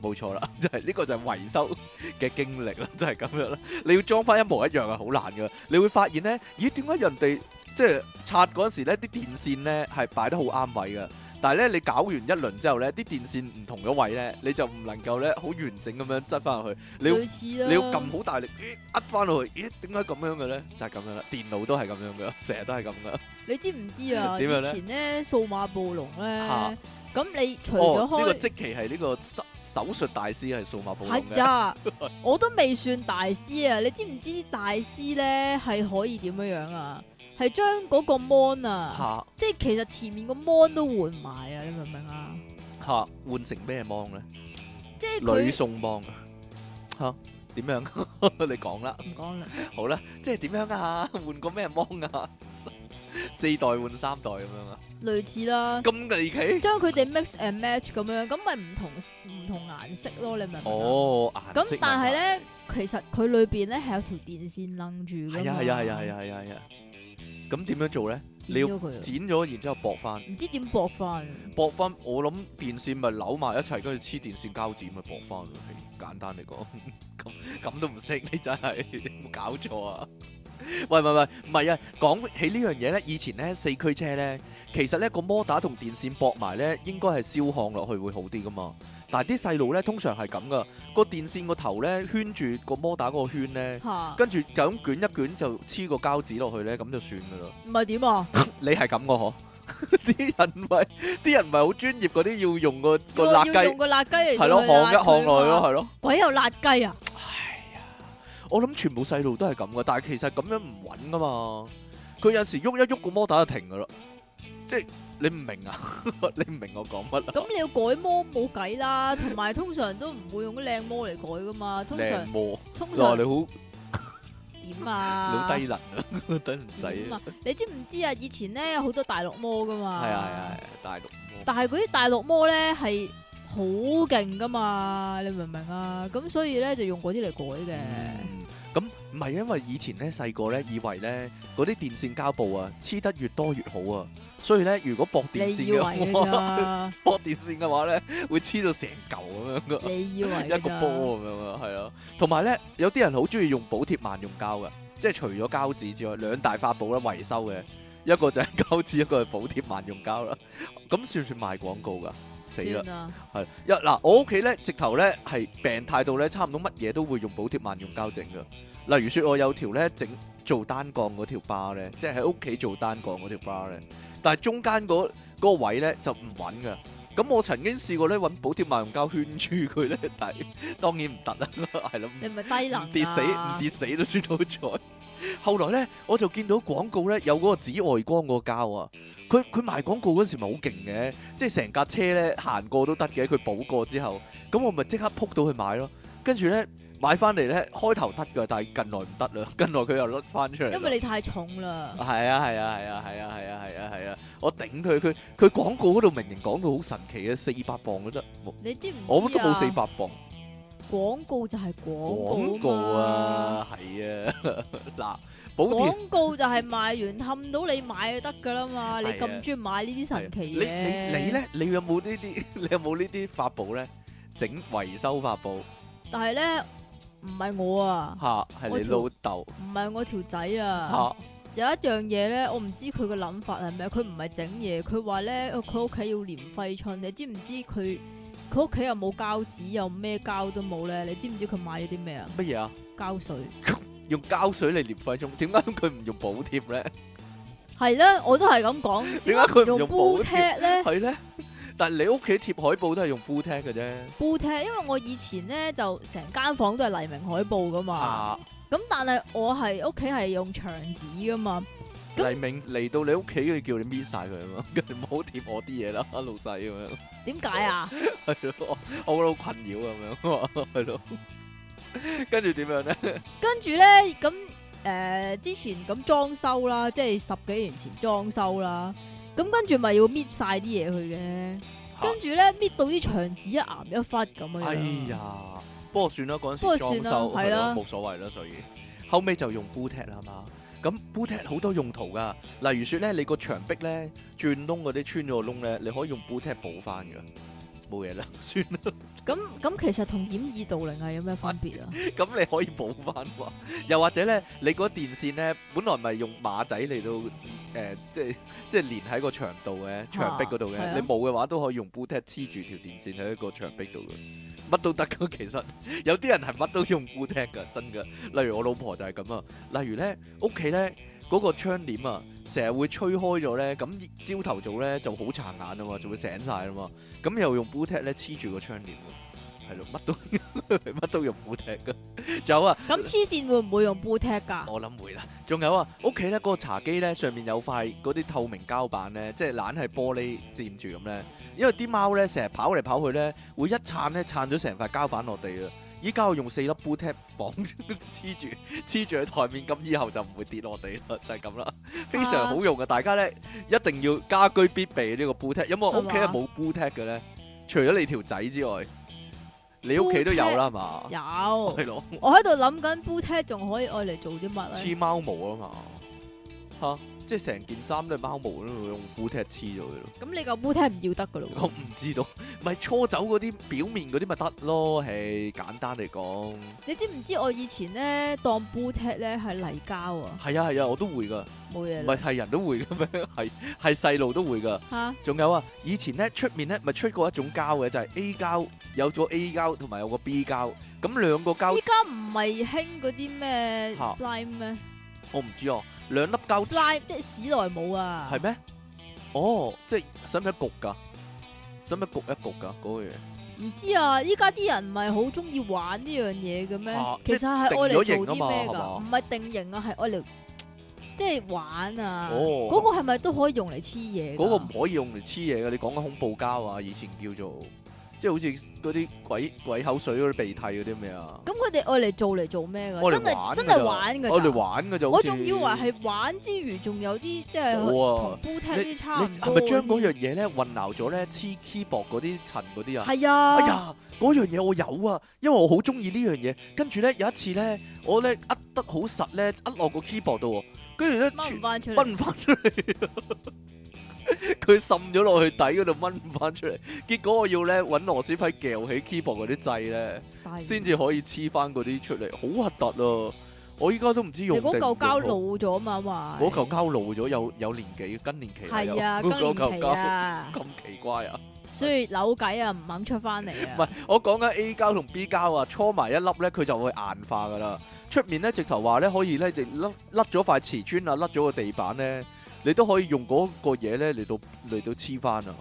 冇錯啦， 就係、呢個就係維修 嘅經歷啦， 就係咁樣啦。你要裝翻一模一樣係好難嘅，你會發現咧，咦點解人哋即係拆嗰陣時咧啲電線咧係擺得好啱位嘅，但係咧，你搞完一輪之後咧，啲電線唔同咗位咧，你就唔能夠咧好完整咁樣執翻入去，你要類似啦。你要撳好大力，咦呃翻落去，咦點解咁樣嘅咧？就係咁樣啦，電腦都係咁 樣嘅，成日都係咁嘅。你知唔知啊？以 點樣呢前咧數碼暴龍嚇咧，咁你除咗哦，呢個開即期係呢個手手術大師係數碼暴龍係嘅，呀， 我都未算大師啊！你知唔知啲大師咧係可以點樣樣啊？係將嗰個 mon 啊，嚇即係其實前面個 mon 都換埋啊！你明唔明啊？嚇換成咩芒咧？即係女佢送芒嚇點樣？ 你講啦，唔講啦，好啦，即係點樣啊？ 換個咩芒啊？四代換三代咁樣啊？類似啦。咁離奇？將佢哋 mix and match 咁樣，咁咪唔同唔同顏色咯，你明唔明啊？哦，顏色咁但係問題咧，其實佢裏邊咧係有條電線楞住㗎係啊嘛係啊係啊係啊係啊係啊，咁點樣做咧？你剪要咗佢，剪咗然之後駁翻。唔知點駁翻。 駁翻，我諗電線咪扭埋一齊，跟住黐電線膠紙咪駁翻咯。係簡單嚟講， 咁咁都唔識，你真係 有冇搞錯啊！喂喂喂，唔係啊！講起呢樣嘢咧，以前咧四驅車咧，其實咧個摩打同電線駁埋咧，應該係燒焊落去會好啲噶嘛。但係啲細路咧通常係咁噶，個電線個頭咧圈住個摩打嗰個圈咧，吓，跟住就咁捲一捲就黐個膠紙落去咧，咁就算噶啦。唔係點啊？你係咁嘅嗬？ 啲人唔係啲人唔係好專業嗰啲，要用個個要辣要用雞個辣雞嚟係咯，到去行一辣行佢啊內嘛咯，係咯。鬼有辣雞啊！我諗全部細路都係咁嘅，但係其實咁樣唔穩噶嘛。佢有時喐一喐個摩打就停噶啦，即係你唔明啊？ 你唔明我講乜啊？咁你要改魔冇計啦，同埋通常都唔會用啲靚魔嚟改噶嘛，通靚常模通嗱，常你好點你好啊？低能啊， 低唔使點啊！啊？你知唔知啊？以前咧有好多大陸魔噶嘛，係啊係啊，係啊大陸模但係嗰啲大陸魔咧係好勁噶嘛，你明唔明啊？咁所以咧就用嗰啲嚟改嘅。嗯咁唔係因為以前咧細個咧以為咧嗰啲電線膠布啊黐得越多越好啊，所以咧如果駁電你線以為嘅話 㗎咋？波電線嘅話咧，會黐到成嚿咁樣 噶，你以為一㗎個咋？波咁樣啊，係啊。同埋咧，有啲人好中意用補貼萬用膠噶，即係除咗膠紙之外，兩大法寶啦，維修嘅一個就係膠紙，一個係補貼萬用膠啦。咁算唔算賣廣告噶？死啦算！啦，係一嗱，我屋企咧直頭咧係病態到咧，差唔多乜嘢都會用補貼萬用膠整噶。例如說，我有條咧整做單槓嗰條巴咧，即係喺屋企做單槓嗰條巴咧，但係中間嗰嗰個位咧就唔穩噶。咁我曾經試過咧揾補貼萬用膠圈住佢咧，但係當然唔得啦，係咯，你咪低能唔跌死唔啊跌死都算好彩。後來咧，我就見到廣告咧有嗰個紫外光嗰個膠啊，佢佢賣廣告嗰時咪好勁嘅，即係成架車咧行過都得嘅，佢補過之後，咁我咪即刻撲到去買咯。跟住咧買翻嚟咧，開頭得㗎，但係近來唔得啦， 近來佢又甩翻出嚟啦。因為你太重啦。係啊係啊係啊係啊係啊係啊係啊！我頂佢，佢佢廣告嗰度明明講到好神奇嘅，四百磅嘅啫，冇你知唔知啊？我都冇四百磅。廣告就係廣廣告告啊嘛。啊，係 啊，嗱，補貼。廣告就係賣完氹到你買就得噶啦嘛，你咁中意買呢啲係啊神奇你嘢，你你？咧，你有冇呢 啲？你有冇呢啲法寶咧？整維修法寶但係咧唔係我啊，吓，係我你條老豆唔係我條仔啊，吓有一樣嘢咧，我唔知佢嘅諗法係咩，佢唔係整嘢，佢話咧佢屋企要連揮春，你知唔知佢佢屋企又冇膠紙，又咩膠都冇咧？你知唔知佢買咗啲咩啊？乜嘢啊？膠水用膠水嚟黏廢中，點解佢唔用補貼咧？係咧，我都係 咁講，點解佢唔用用 blue 補 t 貼？ a 咧係咧，但係你屋企貼海報都係用 blue tag 嘅啫。 blue t a 因為我以前咧就成間房都係黎明海報噶嘛。啊，咁但係我係屋企係用牆紙噶嘛，咁黎明嚟到你屋企，佢叫你搣晒佢啊 嘛，跟住唔好貼我啲嘢 啦，老細咁樣。點解啊？係咯，我我覺得好困擾咁樣，係咯。 跟住點樣咧？跟住咧咁誒之前咁裝修啦，即係十幾年前裝修啦，咁跟住咪要搣晒啲嘢去嘅， 跟住咧搣到啲牆紙一岩一忽咁樣。啊哎，呀，不過算啦，嗰不陣過時裝算啦修係係啊咯，冇所謂啦，所以後尾就用 boot 啦嘛。咁 boot 好多用途噶，例如説咧，你個牆壁咧轉窿嗰啲穿咗個窿咧，你可以用 boot 補翻噶。冇嘢啦， 算啦。咁咁其實同掩耳盜鈴係有咩分別啊？咁你可以補翻喎。 又或者咧，你嗰電線咧，本來咪用馬仔嚟到誒、呃即係即係連喺個牆度嘅牆壁嗰度嘅。係啊你冇嘅話，都可以用 boot 黐住條電線喺一個牆壁度嘅，乜都得㗎。其實 有啲人係乜都用 boot 㗎，真㗎。例如我老婆就係咁啊。例如咧，屋企咧嗰個窗簾啊，成日會吹開咗咧，咁朝頭早咧就好殘眼啊嘛，就會醒晒啊嘛。咁又用 boot 咧黐住個窗簾喎，係咯，乜都 乜都用 boot 㗎。仲有啊。 咁黐線會唔會用布踢㗎？我諗會啦。仲有啊，屋企咧嗰個茶几咧上面有塊嗰啲透明膠板咧，即係懶係玻璃佔住咁咧。因為啲貓咧成日跑嚟跑去咧，會一撐咧撐咗成塊膠板落地啊！依家我用四粒 boot tap 綁住黐住黐住喺台面，咁以後就唔會跌落地啦， 就係咁啦，非常好用嘅。啊大家咧一定要家居必備呢個 boot tap。有冇人屋企係係嘛冇 boot tap 嘅咧？除咗你條仔之外，你屋企都有啦係嘛？有，係咯，我喺度諗緊布踢仲可以愛嚟做啲乜咧？黐貓毛啊嘛，吓、即係成件衫都係貓毛咯，用布踢黐咗佢咯。咁你個布踢唔要得㗎咯 我喎？唔知道，咪搓走嗰啲表面嗰啲咪得咯，係簡單嚟講，你知唔知我以前咧當布踢咧係泥膠啊？係啊係啊，我都會噶，冇嘢唔啦係係人都會嘅咩？ 係係細路都會噶。嚇，仲有啊，以前咧出面咧咪出過一種膠嘅，就係、A 膠，有咗 A 膠同埋有個 B 膠，咁兩個膠依家唔係興嗰啲咩嚇 slime 咩我唔知哦，兩粒膠？slime 即係史萊姆啊？係咩？哦，即係使唔使焗㗎？使唔使焗一焗㗎嗰個嘢？唔知啊，依家啲人唔係好中意玩呢樣嘢嘅咩啊？其實係愛嚟做啲即係定咗型啊嘛咩係㗎？唔嘛係定型啊，係愛嚟即係玩啊。哦嗰個係咪都可以用嚟黐嘢㗎？嗰個唔可以用嚟黐嘢嘅，你講緊恐怖膠啊，以前叫做，即係好似嗰啲鬼鬼口水嗰啲鼻涕嗰啲咩啊，咁佢哋愛嚟做嚟做咩㗎？我真哋係玩真㗎係咋玩㗎咋。我哋玩嘅就好我似仲以為係玩之餘，仲有啲即係冇同啊，煲踢啲差你唔係多。咪將嗰樣？啊嘢咧混淆咗咧黐 keyboard 嗰啲塵嗰啲啊？係啊。哎呀，嗰樣嘢我有啊，因為我好中意呢樣嘢。跟住咧有一次咧，我咧呃得好實咧，呃落個 keyboard 度喎，跟住咧掹全唔 翻出嚟。掹翻出嚟，佢滲咗落去底嗰度掹唔翻出嚟，結果我要咧揾螺絲批撬起 keyboard 嗰啲掣咧，弊先至可以黐翻嗰啲出嚟，好核突咯！我依家都唔知你用定嗰唔嚿膠老用咗嘛？話嗰嚿膠老咗，有有年紀，更年期啦有 係啊，嗰更年嚿期膠啊，咁奇怪啊！所以扭計啊，唔肯出翻嚟啊唔。係，我講緊 A 膠同 B 膠啊，搓埋一粒咧，佢就會硬化噶啦。出面咧直頭話咧，可以咧，你甩甩咗塊瓷磚啊，甩咗個地板咧，你都可以用嗰個嘢咧嚟到嚟到黐翻啊，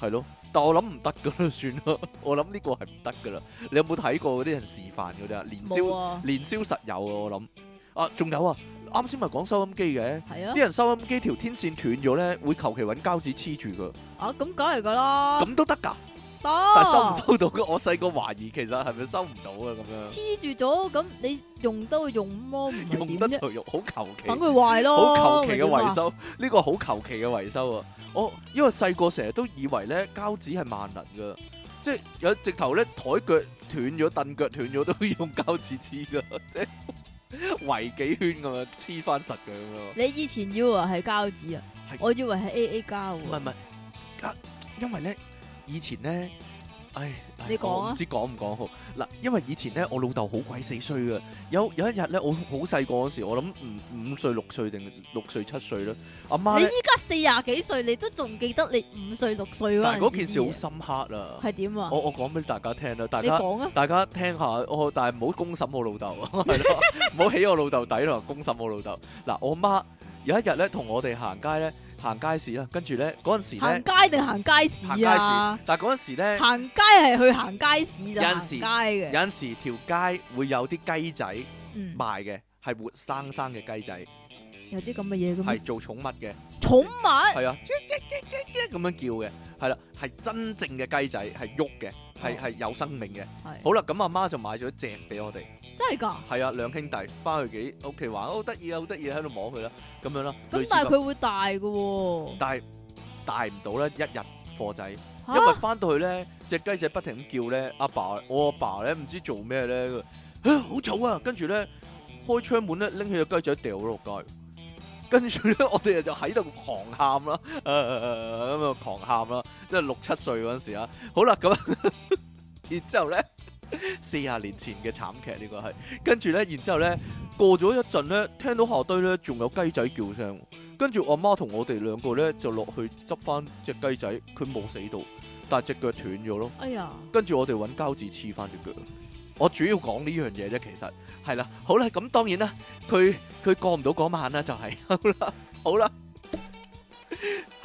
係咯。但我諗唔得噶啦，算啦， 我諗呢個係唔得噶啦。你有冇睇過嗰啲人示範嗰啲啊？年宵冇啊，年宵實有啊，我諗啊，仲有啊，啱先咪講收音機嘅，係啊啲，人收音機條天線斷咗咧，會求其揾膠紙黐住佢，啊咁梗係噶啦，啊咁都得㗎。哦但係收唔得收到嘅，我細個懷疑其實係咪收唔到啊咁樣，黐住咗，咁你用都用咯，唔係用點得啫？就用，好求其，等佢壞咯，好求其嘅咪點啊維，修，呢個好求其嘅維修啊！我因為細個成日都以為咧膠紙係萬能噶，即係有直頭咧台腳斷咗、凳腳斷咗都要用膠紙黐噶， 即係圍幾圈咁樣黐翻實佢咁樣。你以前以為係膠紙啊係，我以為係 A A 膠唔係唔喎，係，啊，因為咧以前咧，唉，唉你講啊我唔知講唔講好嗱，因為以前咧我老豆好鬼死衰噶，有有一日咧我好細個嗰時，我諗五五歲六歲定六歲七歲啦，阿媽你咧，依家四廿幾歲，你都仲記得你五歲六歲但係嗰嗰陣件時事好啲嘢深刻啦，係點啊？我我講俾大家聽啦，大 你家。講啊，大家聽下，我但係唔好公審我老豆，係咯，唔好起我老豆底咯，公審我老豆。嗱，我媽有一日咧同我哋行街咧，行街市啦，跟住咧嗰陣時咧行街定行街行市街啊市？，但係嗰陣時咧。行街係去行街市就有陣行時街嘅，有陣時條街會有啲雞仔嗯，賣嘅，係活生生嘅雞仔，有啲咁嘅嘢嘅咩係做寵物嘅，寵物係啊，咁樣叫嘅，係啦，係真正嘅雞仔，係喐嘅，係係有生命嘅。係好啦，咁阿媽就買咗隻俾我哋，真係㗎，係啊，兩兄弟翻去幾屋企玩，哦好得意啊，好得意啊，喺度摸佢啦，咁樣啦。類咁似但係佢會大嘅喎。但係大唔到咧，一日貨仔。嚇因為翻到去咧，只雞仔不停咁叫咧，阿爸我阿爸咧唔知做咩咧，佢啊好嘈啊！跟住咧開窗門咧，拎起只雞仔掉咗落街， 啊跟住咧我哋就喺度狂喊啦，誒咁啊狂喊啦！即係六七歲嗰陣時啊。好啦，咁啊 然之後咧，四廿年前嘅慘劇呢個係，跟住咧，然之後咧，過咗一陣咧，聽到下低咧仲有雞仔叫聲喎，跟住我媽同我哋兩個咧就落去執翻只雞仔，佢冇死到，但係只腳斷咗咯。哎 呀，跟住我哋揾膠紙黐翻只腳。我主要講呢樣嘢啫，其實係啦，好啦，咁當然啦，佢佢過唔到嗰晚啦，就係、 好啦，好啦，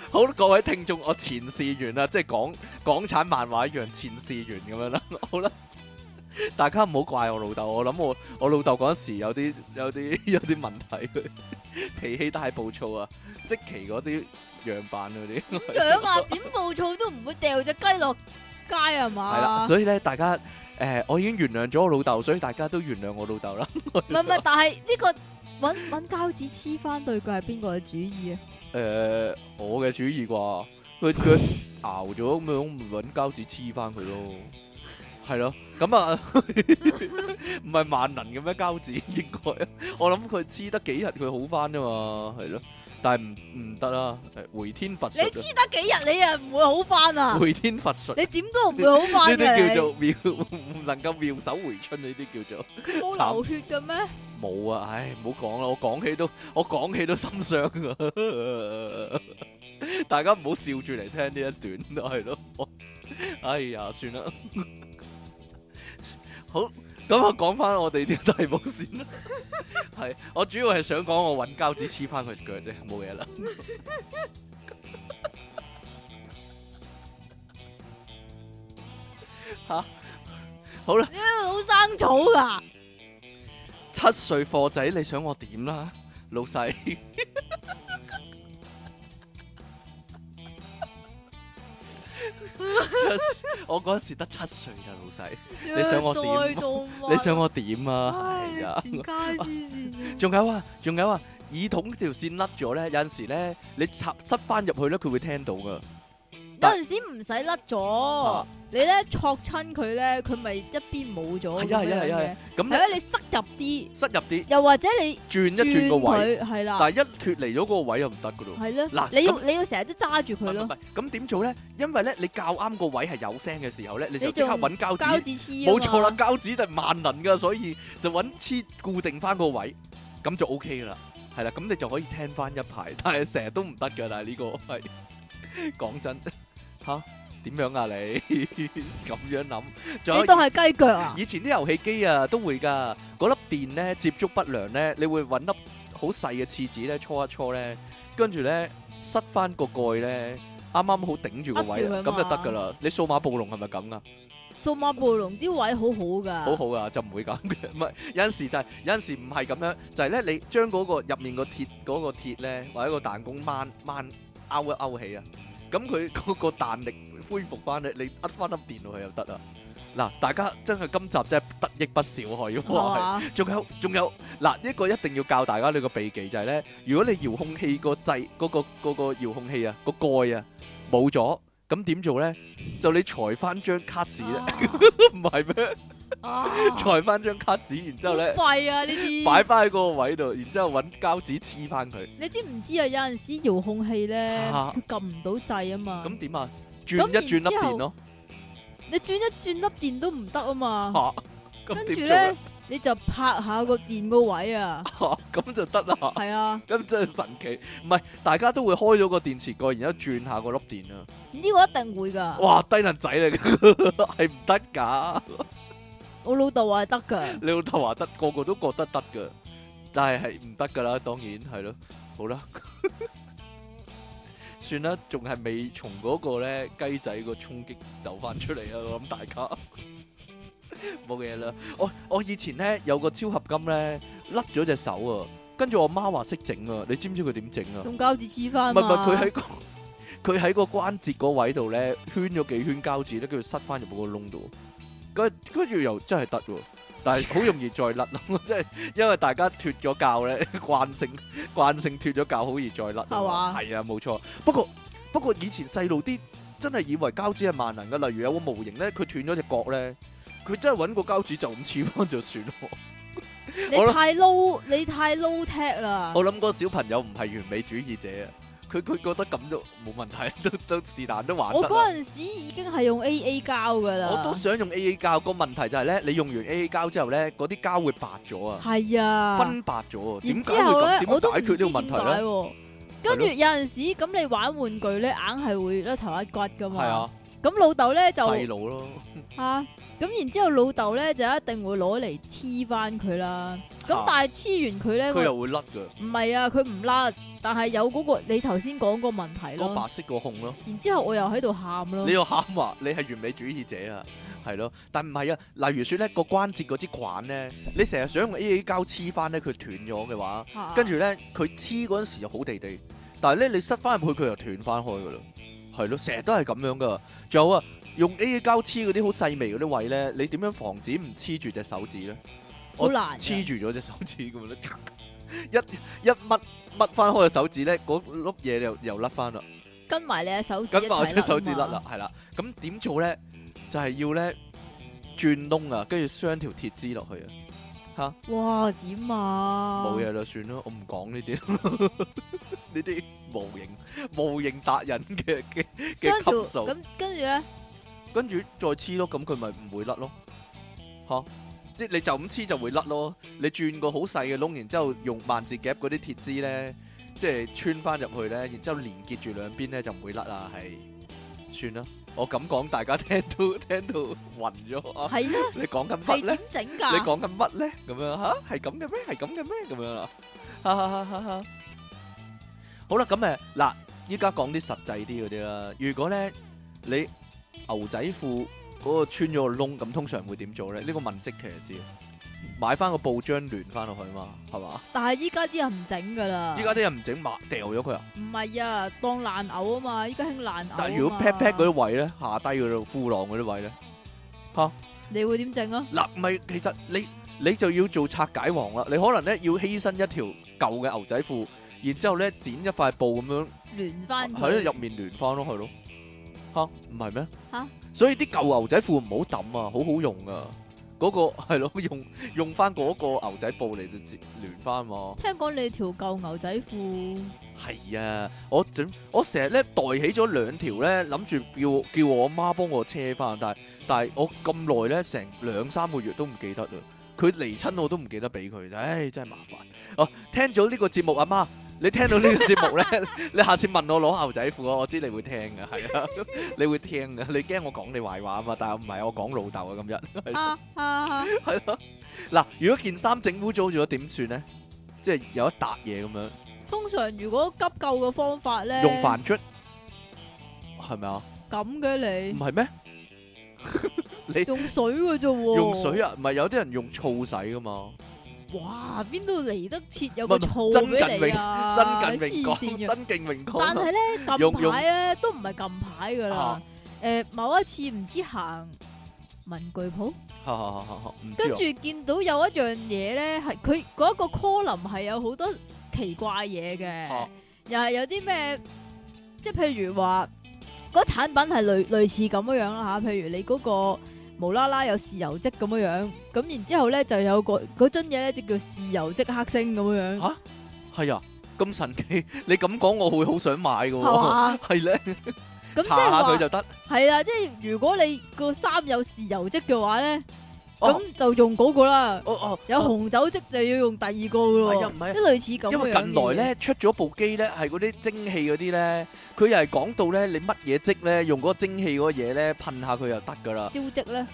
好各位聽眾，我前事完啦，即係講港產漫畫一樣前事完咁樣啦， 好啦，大家唔好怪我老豆，我諗我我老豆嗰陣時有啲有啲 有啲問題，脾氣太暴躁啊，即其嗰啲樣板嗰啲。兩啊點暴躁都唔會掉只雞落街係系啦，嘛？所以咧，大家诶、我已經原諒咗我老豆，所以大家都原諒我老豆 啦。唔係唔係，但係呢個揾揾膠紙黐翻對佢係邊個嘅主意啊？诶、我嘅主意啩，佢佢熬咗咁樣，咪搵膠紙黐翻佢咯。係咯，咁 啊，唔係萬能嘅咩？膠紙應該，我諗佢黐得幾日，佢好翻啫嘛，係咯。但係唔唔得啦，係回天乏你術黐得幾日，你啊唔會好翻啊，啊？回天乏術。你點都唔會好呢翻嘅，啲你叫做 妙，唔能夠妙手回春，呢啲叫做。冇流血嘅咩？冇啊，唉，唔好講啦，我講起都我講起都心傷 啊！大家唔好笑住嚟聽呢一段， 係咯，我哎呀，算 啦，好，咁啊，講翻我 哋啲題目先啦。係，我主要係想講我揾膠紙黐翻佢腳啫，冇嘢 啦。吓，好啦。你好生草㗎，七歲貨仔，你想我點啦， 老細？七我嗰陣時得七歲咋，老細，你想我點再做乜你想我點 啊？唉係啊，全家黐線嘅仲有啊，仲有啊，耳筒條線甩咗咧，有陣時咧，你插塞翻入去咧，佢會聽到噶。有但陣時唔使甩咗啊，你咧戳親佢咧，佢咪一邊冇咗咁係啊係啊樣係啊係嘅啊。咁係咧啊，你塞入啲，塞入啲，又或者你轉一轉轉個位，佢，係啦，但係一脱離咗個位又唔得噶咯。係咯。嗱，咁你要你要成日都揸住佢唔係唔咯，係咁點做咧？因為咧，你較啱個位係有聲嘅時候咧，你就你即刻仲揾膠紙膠。紙黐啊冇錯啦，嘛，膠紙就係萬能噶，所以就揾黐固定翻個位，咁就 O K 噶啦。係啦，咁你就可以聽翻一排，但係成日都唔得噶。但係呢個係講真吓點樣啊 你咁樣諗？仲你當有係雞腳啊？以前啲遊戲機啊都會㗎，嗰粒電咧接觸不良咧，你會揾粒好細嘅廁紙咧搓一搓咧，跟住咧塞翻個蓋咧，啱啱好頂住個位啦噏，住佢咁就得嘛㗎啦。你數碼暴龍係咪咁啊？數碼暴龍啲位好好好噶，好啊，就唔會咁嘅。唔係有陣時就係、有陣時唔係咁樣，就係、呢。咧你將嗰、個入面個鐵嗰、個鐵咧，或者個彈弓掹掹勾一勾起啊，咁佢嗰 個彈力恢復翻咧，你呃翻粒電落去又得啊。嗱，大家真係今集真係得益不少，可以係話係。嘛？仲有仲有嗱，呢個一定要教大家呢個秘技就係咧，如果你遙控器個掣嗰個嗰個遙控器啊個蓋啊冇咗，咁點做咧？就你裁翻張卡紙啦，唔係咩？啊， 裁翻張卡紙，然之後咧好廢啊呢啲，擺翻喺嗰個位度，然之後揾膠紙黐翻佢。你知唔知啊？有陣時遙控器咧，嚇佢撳唔到掣啊嘛。咁點啊？轉一轉然粒之後電咯，你轉一轉粒電都唔得啊嘛。嚇！跟咁住點做啊咧咧？，。你就拍下個電個位啊 嚇咁就得啦。 係啊，咁真係神奇，唔係大家都會開咗個電池蓋，然之後轉下個粒電啊！呢個一定會㗎。哇，低能仔嚟㗎， 係唔得㗎。我老豆話係得 㗎。你老豆話得，個個都覺得得㗎，但係係唔得㗎啦，當然係咯。 好啦，算啦，仲係未從嗰個咧雞仔個衝擊走翻出嚟啊！我諗大家冇嘢啦。我我以前咧有個超合金咧甩咗隻手啊，跟住我媽話識整啊，你知唔知佢點整啊？用膠紙黐唔係唔翻嘛。係，佢喺個 佢喺個關節嗰位度咧圈咗幾圈膠紙咧，跟住塞翻入個窿度，跟跟住又真係得喎。但 係好容易再甩咯， 即係因為大家脱咗教咧， 慣性慣性脱咗教，好易再甩啊嘛。係嘛係啊，冇錯。不過不過以前細路啲真係以為膠紙係萬能嘅，例如有個模型咧，佢斷咗只角咧，佢真係揾個膠紙就咁黐翻就算咯。我你太 low，你太 low tech 啦。我諗個小朋友唔係完美主義者啊，佢佢覺得咁都冇問題， 都都是但都還我得啦嗰陣時啊已經係用 A A 膠噶啦，我都想用 AA 膠，個問題就係咧，你用完 AA 膠之後咧，嗰啲膠會白咗啊，係啊，分白咗啊，然點之解會後咧咁？點我都樣唔解知決呢個點問解題咧？喎。跟住係咯有陣時咁你玩玩具咧，硬係會甩頭甩骨噶嘛。係啊，咁老豆咧就細佬咯，啊，咁然之後老豆咧就一定會攞嚟黐翻佢啦。咁啊但係黐完佢咧，佢我又會甩㗎，唔係啊，佢唔甩，但係有嗰、個你頭先講個問題個白咯。嗯色個控咯。然之後我又喺度喊咯你，要喊話你係完美主義者啊，係咯，但唔係啊。例如說咧，個關節嗰支管咧，你成日想用 A A 膠黐翻咧，佢斷咗嘅話，啊跟住咧佢黐嗰陣時又好地地，但係咧你塞翻入去佢又斷翻開噶啦，係咯，成日都係咁樣噶。仲有啊，用 A A 膠黐嗰啲好細微嗰啲位咧，你點樣防止唔黐住隻手指咧？好難嘅黐住咗隻手指咁樣咧， 一一乜乜翻開隻手指咧，嗰粒嘢又又甩翻啦。跟埋你隻手指一咁我齊隻手指甩啊嘛啦，，係啦。咁點做咧？就係要咧轉窿啊，跟住雙條鐵枝落去啊。哇點啊？冇嘢啦，算啦，我唔講呢啲， 呢啲無形無形達人嘅嘅雙嘅條級數。咁跟住咧，跟住再黐咯，咁佢咪唔會甩咯。吓，即係你就咁黐就會甩咯。你轉個好細嘅窿，然之後用萬字夾嗰啲鐵枝咧，即係穿翻入去咧，然之後連結住兩邊咧就唔會甩啦。係，算啦。我咁講，大家聽到聽到暈咗啊！係咧，你講緊 乜係咧點？整 你㗎？講緊乜咧？咁樣吓，係咁嘅咩？係咁嘅咩？咁樣啦，哈哈哈哈哈哈。好啦，咁誒嗱，依家講啲實際啲嗰啲啦。如果咧你牛仔褲嗰個穿咗個窿，咁通常會點做咧？呢個問即其就知，買翻個報章聯翻落去嘛，係嘛？但係依家啲人唔整㗎啦，依家啲人唔整抹掉咗佢啊！唔係啊，當爛藕啊嘛，依家興爛藕。但係如果 pat pat 嗰，啲位咧，下低嗰度褲浪嗰啲位咧，你會點整啊？嗱，唔係其實你你就要做拆解王啦。你可能咧要犧牲一條舊嘅牛仔褲，然之後咧剪一塊布咁樣。聯翻佢喺入面聯翻咯，係咯，吓唔係咩？吓所以啲舊牛仔褲唔好抌啊，好好用噶。嗰、個係咯，用用翻嗰個牛仔布嚟到接聯翻嘛。聽講你條舊牛仔褲係啊，我整我成日咧袋起咗兩條咧，諗住叫叫我媽幫我車翻，但係但係我咁耐咧，成兩三個月都唔記得啦。佢嚟親我都唔記得俾佢，唉，真係麻煩。哦、聽咗呢個節目，阿媽，你聽到呢 個節目咧，你下次問我攞牛仔褲啊，我知你會聽嘅，係啊， 你會聽嘅，你驚我講你壞話啊嘛，但係唔係我講老豆啊，今日係咯啊啊，係咯。嗱，如果件衫整污糟咗點算咧？即係有一笪嘢咁樣。通常如果急救嘅方法咧，用飯捽係咪啊？咁嘅唔你係 咩？用水嘅啫喎，用水啊？唔係有啲人用醋洗噶嘛？哇，邊度嚟得切有個唔係唔係醋曾俾你啊？曾 近榮黐線 嘅講，曾敬榮啊講但係咧近用用排咧都唔係近排噶啦啊，誒某一次唔知行文具鋪。唔知跟啊住見到有一樣嘢咧，係佢嗰一個 column 係有好多奇怪嘢嘅，啊又係有啲咩，即係譬如話嗰產品係類類似咁樣樣啦嚇，譬如你嗰、個。無啦啦有豉油漬咁樣樣，咁然之後咧就有個嗰樽嘢咧就叫豉油漬黑星咁樣樣，嚇係啊，咁神奇！ 你咁講我會好想買噶係喎，嘛？ 係咧，咁即查係下佢話就得。係啦，即係如果你個衫有豉油漬嘅話咧，哦咁就用嗰個啦；哦哦，有紅酒漬就要用第二個咯哎呀唔係啊喎，即係類似咁樣因為近嘅來嘢咧出咗部機咧，係嗰啲蒸汽嗰啲咧，佢又係講到咧你乜嘢積咧，用嗰個蒸汽嗰個嘢咧噴下佢就得噶啦。招積咧，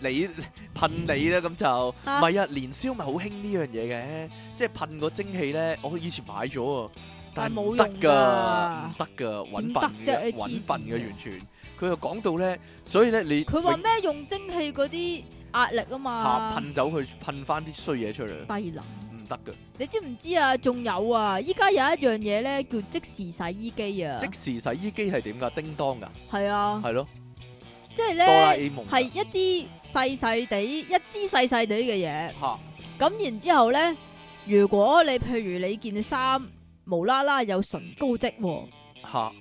你 噴你啦，咁就唔啊係啊！年宵咪好興呢樣嘢嘅，即係噴個蒸汽咧。我以前買咗啊，但但係冇唔得用㗎，㗎唔得㗎，揾點笨得啫嘅，你揾黐笨線嘅嘅完全。佢又講到咧，所以咧你佢話永咩用蒸汽嗰啲壓力啊下嘛，噴走佢，噴翻啲衰嘢出嚟，低能。唔得㗎。你知唔知啊？仲有啊，依家有一樣嘢咧叫即時洗衣機啊，即時洗衣機係點㗎？叮當㗎，係啊，係咯，即係哆啦咧 A 夢啊係㗎一啲細細地一支細細地嘅嘢，嚇咁然之 後咧，如果你譬如你件衫無啦啦有唇膏漬喎，吓，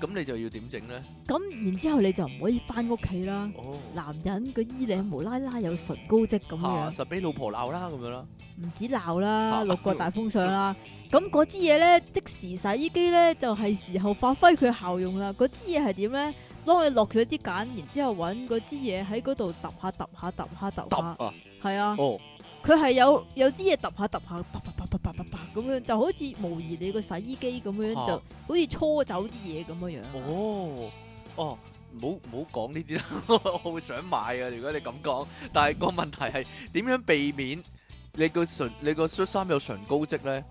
咁你就要點整咧？咁然之後你就唔可以翻屋企啦。哦，男人個衣領無啦啦有唇膏跡咁吓樣，實俾老婆鬧啦，咁樣啦，唔止鬧啦，嚇六個大風上啦。咁嗰支嘢咧，即時洗衣機咧就係、時候發揮佢效用啦。嗰支嘢係點咧？當你落咗啲鹼，然之後揾嗰支嘢喺嗰度揼下揼下揼下揼揼下，啊，係啊，哦，佢係有有支嘢揼下揼下，啪啪啪啪啪啪啪咁樣，就好似模擬你個洗衣機咁樣，嚇就好似搓走啲嘢咁樣樣。啊啊哦，哦。唔好唔好講呢啲啦， 我會想買啊！如果你咁講，但係個問題係點樣避免你個唇你個恤衫有唇膏跡咧？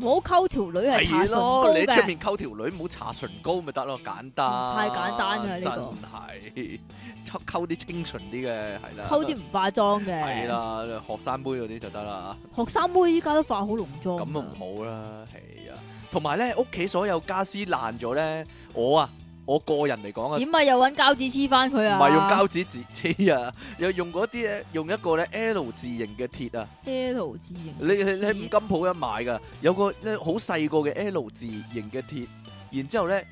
唔好溝條女係搽係唇咯，膏你出嘅，面溝條女唔好搽唇膏咪得咯，簡單。太簡單㗎呢個真係 溝溝啲清純啲嘅係啦。溝啲唔化妝啊係嘅。啦，學生妹嗰啲就得啦，學生妹依家都化好濃妝㗎，咁啊唔好啦，係啊。同埋咧，屋企所有家私爛咗咧，我啊，我個人嚟講啊，點啊又揾膠紙黐翻佢啊？唔係用膠紙紙黐啊，又用嗰啲咧，用一個咧 L 字形嘅鐵啊， L 字型，你你你喺五金鋪一買噶，有個咧好細個嘅 L 字形嘅鐵，然之後咧，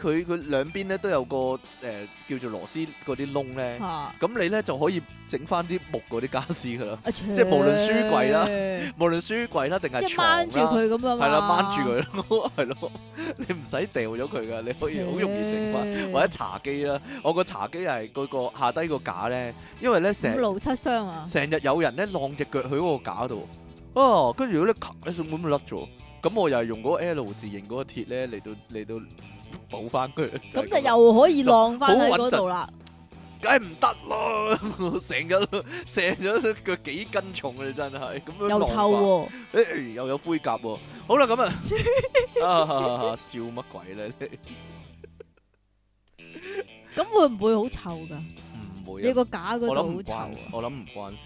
佢佢兩邊咧都有個誒、呃叫做螺絲嗰啲窿咧，嚇，啊咁你咧就可以整翻啲木嗰啲家私噶 啦，即係無論書櫃啦啦，無論書櫃啦定即係係床啦掹住。佢咁啊系嘛，啦，掹住佢咯，係咯， 你唔使掉咗佢噶，你可以好容易整翻，翻或者茶幾啦，我個茶幾係嗰個下低個架咧，因為咧成五勞七傷啊，成日有人咧晾只腳喺嗰個架度，啊，跟住咧咔一聲咁甩咗，咁我又係用嗰個 L 字形嗰個鐵咧嚟到嚟到補翻佢，係咁樣就又可以晾翻就喺好穩嗰度啦。梗係唔得咯， 成日都成咗都腳幾斤重啊！你真係咁樣又臭晾法喎，誒、又有灰甲喎、好啦， 咁啊，啊笑乜鬼咧？咁會唔會好臭㗎？ 唔會你啊，個架嗰我諗度唔好臭關啊，！我諗唔關事，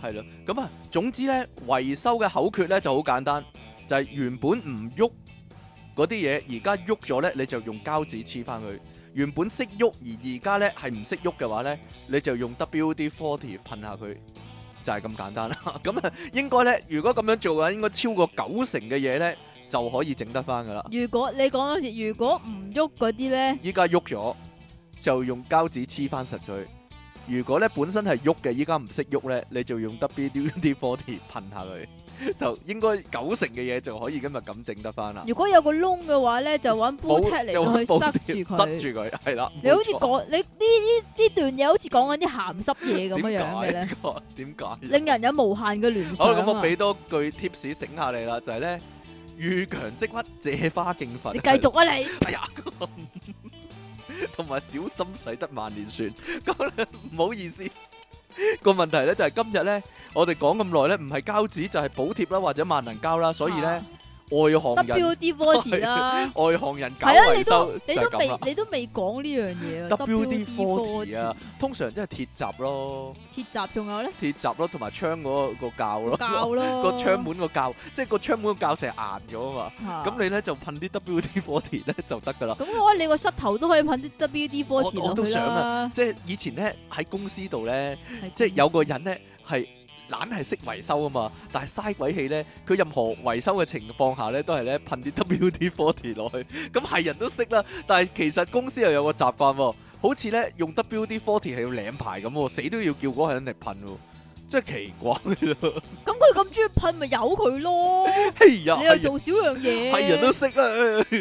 係咯。咁啊，總之咧，維修嘅口訣咧就好簡單，就係、原本唔喐嗰啲嘢，而家喐咗咧，你就用膠紙黐翻佢。原本識喐而而家咧係唔識喐嘅話咧，你就用 WD-40 噴下佢，就係、咁簡單啦。咁啊， 應該咧，如果咁樣做嘅話，應該超過九成嘅嘢咧就可以整得翻噶啦。如果你講好似如果唔喐嗰啲咧，依家喐咗，就用膠紙黐翻實佢。如果咧本身係喐嘅，依家唔識喐咧，你就用 WD-40 噴下佢， 就應該九成嘅嘢就可以今日咁整得翻啦。如果有個窿嘅話咧，就揾 b o t 嚟到去冇塞住用布貼塞佢。住佢，係啦。你好似冇錯講你呢呢呢段嘢好似講緊啲鹹濕嘢咁樣樣嘅 點咧，解呢點解？令人有無限嘅聯想好啊！啦，咁我俾多句 tips 醒下你啦，就係咧遇強即屈，借花敬佛。你繼續啊你，哎呀，同埋小心使得萬年船。 咁咧唔好意思，個問題咧就係今日咧，我哋講咁耐咧，唔係膠紙就係補貼啦，或者萬能膠啦，所以咧啊外行人 WD forty 啦，外行人搞係啊，維你都修你就係都咁啦未。你都未講呢樣嘢啊 WD forty 啊 WD40，通常即係鐵閘咯，鐵閘仲有咧鐵閘咯，同埋窗嗰個教咯，教 咯個窗門個教，即係個窗門個教成日硬咗啊嘛，嚇咁你咧就噴啲 WD forty 咧就得噶啦。咁嘅話，你個膝頭都可以噴啲 WD 我 forty 我落都去想啊啦，，即係以前咧喺公司度咧。係即係有個人咧係懶係識維修啊嘛，但係嘥鬼氣咧，佢任何維修嘅情況下咧，都係咧噴啲 WD-40 落去，咁係人都識啦。但係其實公司又有個習慣喎，好似咧用 WD-40 係要領牌咁喎，死都要叫嗰個人嚟噴喎，真係奇怪咯。 咁佢咁中意噴，咪由佢咯。哎呀，你又係人做少樣嘢，係人都識啦，哎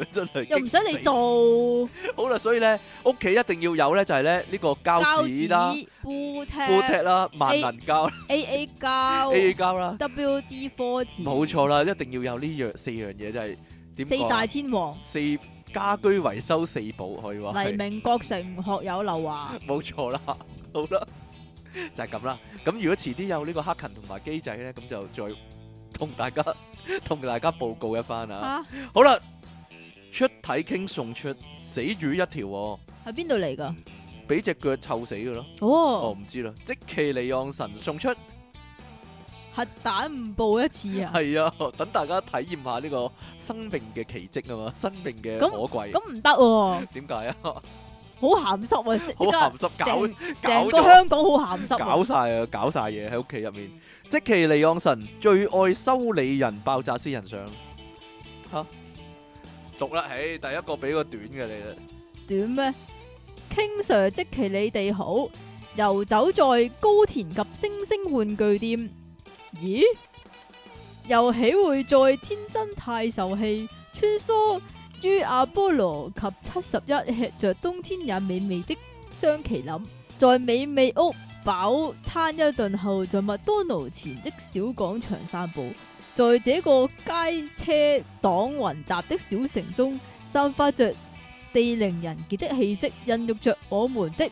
呀真係又唔使激你死。做好啦，所以咧屋企一定要有咧，就係咧呢個膠紙啦、膠紙、布貼、布貼啦、萬能膠、 A A A 膠、膠啦。 W D forty，冇錯啦，一定要有呢樣四樣嘢，就係點四講大啊天王四家居維修四寶可以話黎係明、郭成、學友、劉華，冇錯啦， 好啦，就係咁啦。咁如果遲啲有呢個黑勤同埋機仔咧，咁就再同大家 同大家報告一番啊。吓好啦，出體傾送出死魚一條喎，喺邊度嚟噶？俾只腳臭死嘅咯。我哦，唔知啦，即其利昂神送出。核彈唔報一次啊！係啊，等大家體驗下呢個生命嘅奇蹟啊嘛，生命嘅咁可貴。啊咁唔得喎，點解啊？好鹹濕啊！即即好鹹刻濕搞成搞成個咗香港好鹹濕啊，搞晒啊，搞晒嘢喺屋企入面。即其利昂神最愛修理人爆炸私人相，吓、讀啦，唉，第一個俾個短嘅你啦，短咩？King Sir 即其你哋好，游走在高田及星星玩具店，咦？又豈會在天真太受氣，穿梭於阿波羅及七十一，吃着冬天也美味的雙麒麟，在美味屋飽餐一頓後，在麥當勞前的小廣場散步，在這個街車黨雲集的小城中，散發着地靈人傑的氣息，孕育着我們的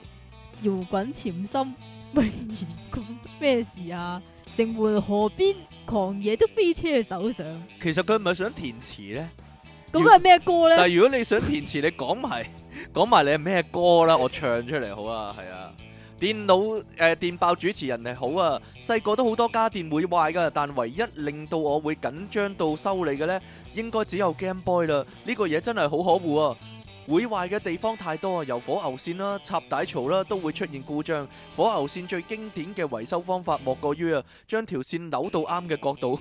搖滾潛心。永遠咁咩事啊？城門河邊狂野的飛車手上，其實佢唔係想填詞咧，咁係咩 歌但呢？係如果你想填詞，你講埋講埋你係咩歌啦，我唱出嚟好啊，係啊。電腦誒、呃、電爆主持人係好啊，細個都好多家電會壞噶，但唯一令到我會緊張到收你嘅呢，應該只有 Game Boy 啦。呢、個嘢真係好可惡啊！會壞嘅地方太多啊，由火牛線啦、插帶槽啦，都會出現故障。火牛線最經典嘅維修方法莫過於啊，將條線扭到啱嘅角度。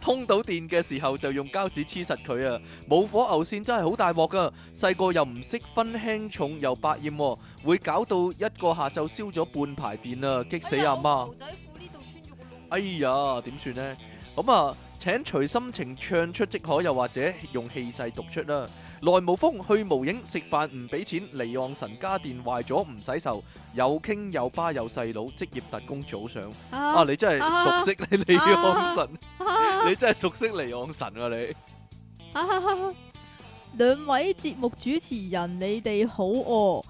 通到電嘅時候就用膠紙黐實佢啊！冇火牛線真係好大鑊噶，細個又唔識分輕重又百厭、喎，會搞到一個下晝燒咗半排電啊！激死阿媽！仔褲呢度穿咗個窿。哎呀，點算呢？咁啊，請隨心情唱出即可，又或者用氣勢讀出啦。來無風，去無影，食飯唔俾錢，離岸神家電壞咗唔使愁，有傾有巴有細佬，職業特工早上。啊！你真係熟悉你離岸神，你真係熟悉離岸神啊！你兩位節目主持人，你哋好哦，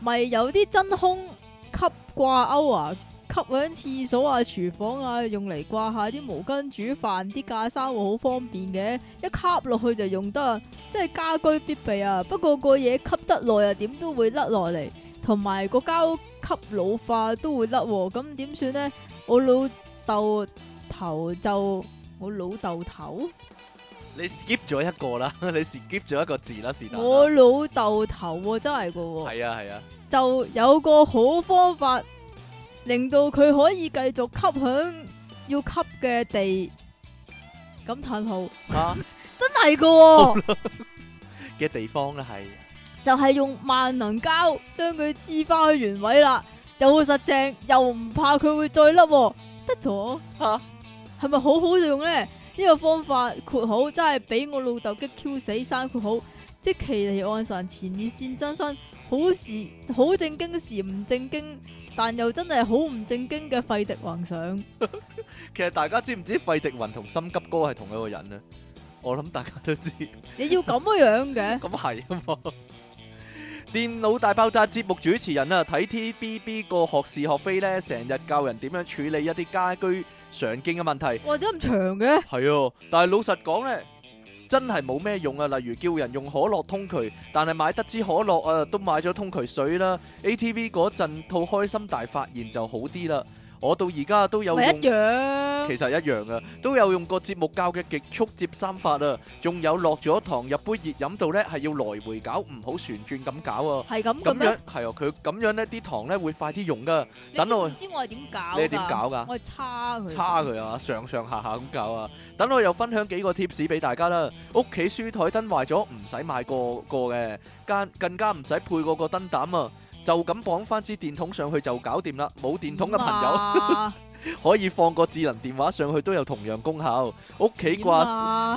咪有啲真空吸掛鈎啊，吸喺廁所啊、廚房啊，用嚟掛下啲毛巾、煮飯、啲架生會好方便嘅，一吸落去就用得啊，即係家居必備啊。不過個嘢吸得耐啊，點都會甩落嚟，同埋個膠吸老化都會甩喎，咁點算呢？我老豆頭就我老豆頭。你 skip 咗一個啦， 你 skip 咗一個字啦，是但啦。我老豆頭喎、真係噶、喎，係啊 係啊，就有個好方法，令到佢可以繼續吸響要吸嘅地。感嘆號，啊真係噶、喎，嘅地方啦係，就係用萬能膠將佢黐翻去原位啦，又好實淨，又唔怕佢會再甩、喎，得咗。嚇係咪好好用呢？呢、個方法括號真係俾我老豆激 Q 死生括號，即其離岸神前列腺增生，好時好正經時唔正經，但又真係好唔正經嘅費迪幻想。其實大家知唔知費迪雲同心急哥係同一個人咧？我諗大家都知。，你要咁樣嘅咁係啊嘛。電腦大爆炸節目主持人啊，睇 TBB 個學是學非呢，成日教人點樣處理一啲家居常見嘅問題。哇點解咁長嘅？係啊，但係老實講呢，真係冇咩用啊。例如叫人用可樂通渠，但係買得支可樂啊，都買咗通渠水啦。ATV 嗰陣套開心大發現就好啲啦。我到而家都有咪用一。樣其實一樣啊，都有用過節目教嘅極速接三法啊，仲有落咗糖入杯熱飲度呢，係要來回搞，唔好旋轉咁搞啊。係咁嘅咁樣係咩？啊，佢咁樣呢啲糖呢會快啲溶噶，你知等我唔知我係點搞㗎？你係點搞㗎？我係叉佢，差佢啊，上上下下咁搞啊！等我又分享幾個 tips 俾大家啦。屋企書台燈壞咗，唔使買個個嘅，更更加唔使配嗰個燈膽啊，就咁綁翻支電筒上去就搞掂啦。冇電筒嘅朋友。啊友可以放個智能電話上去都有同樣功效。屋企啊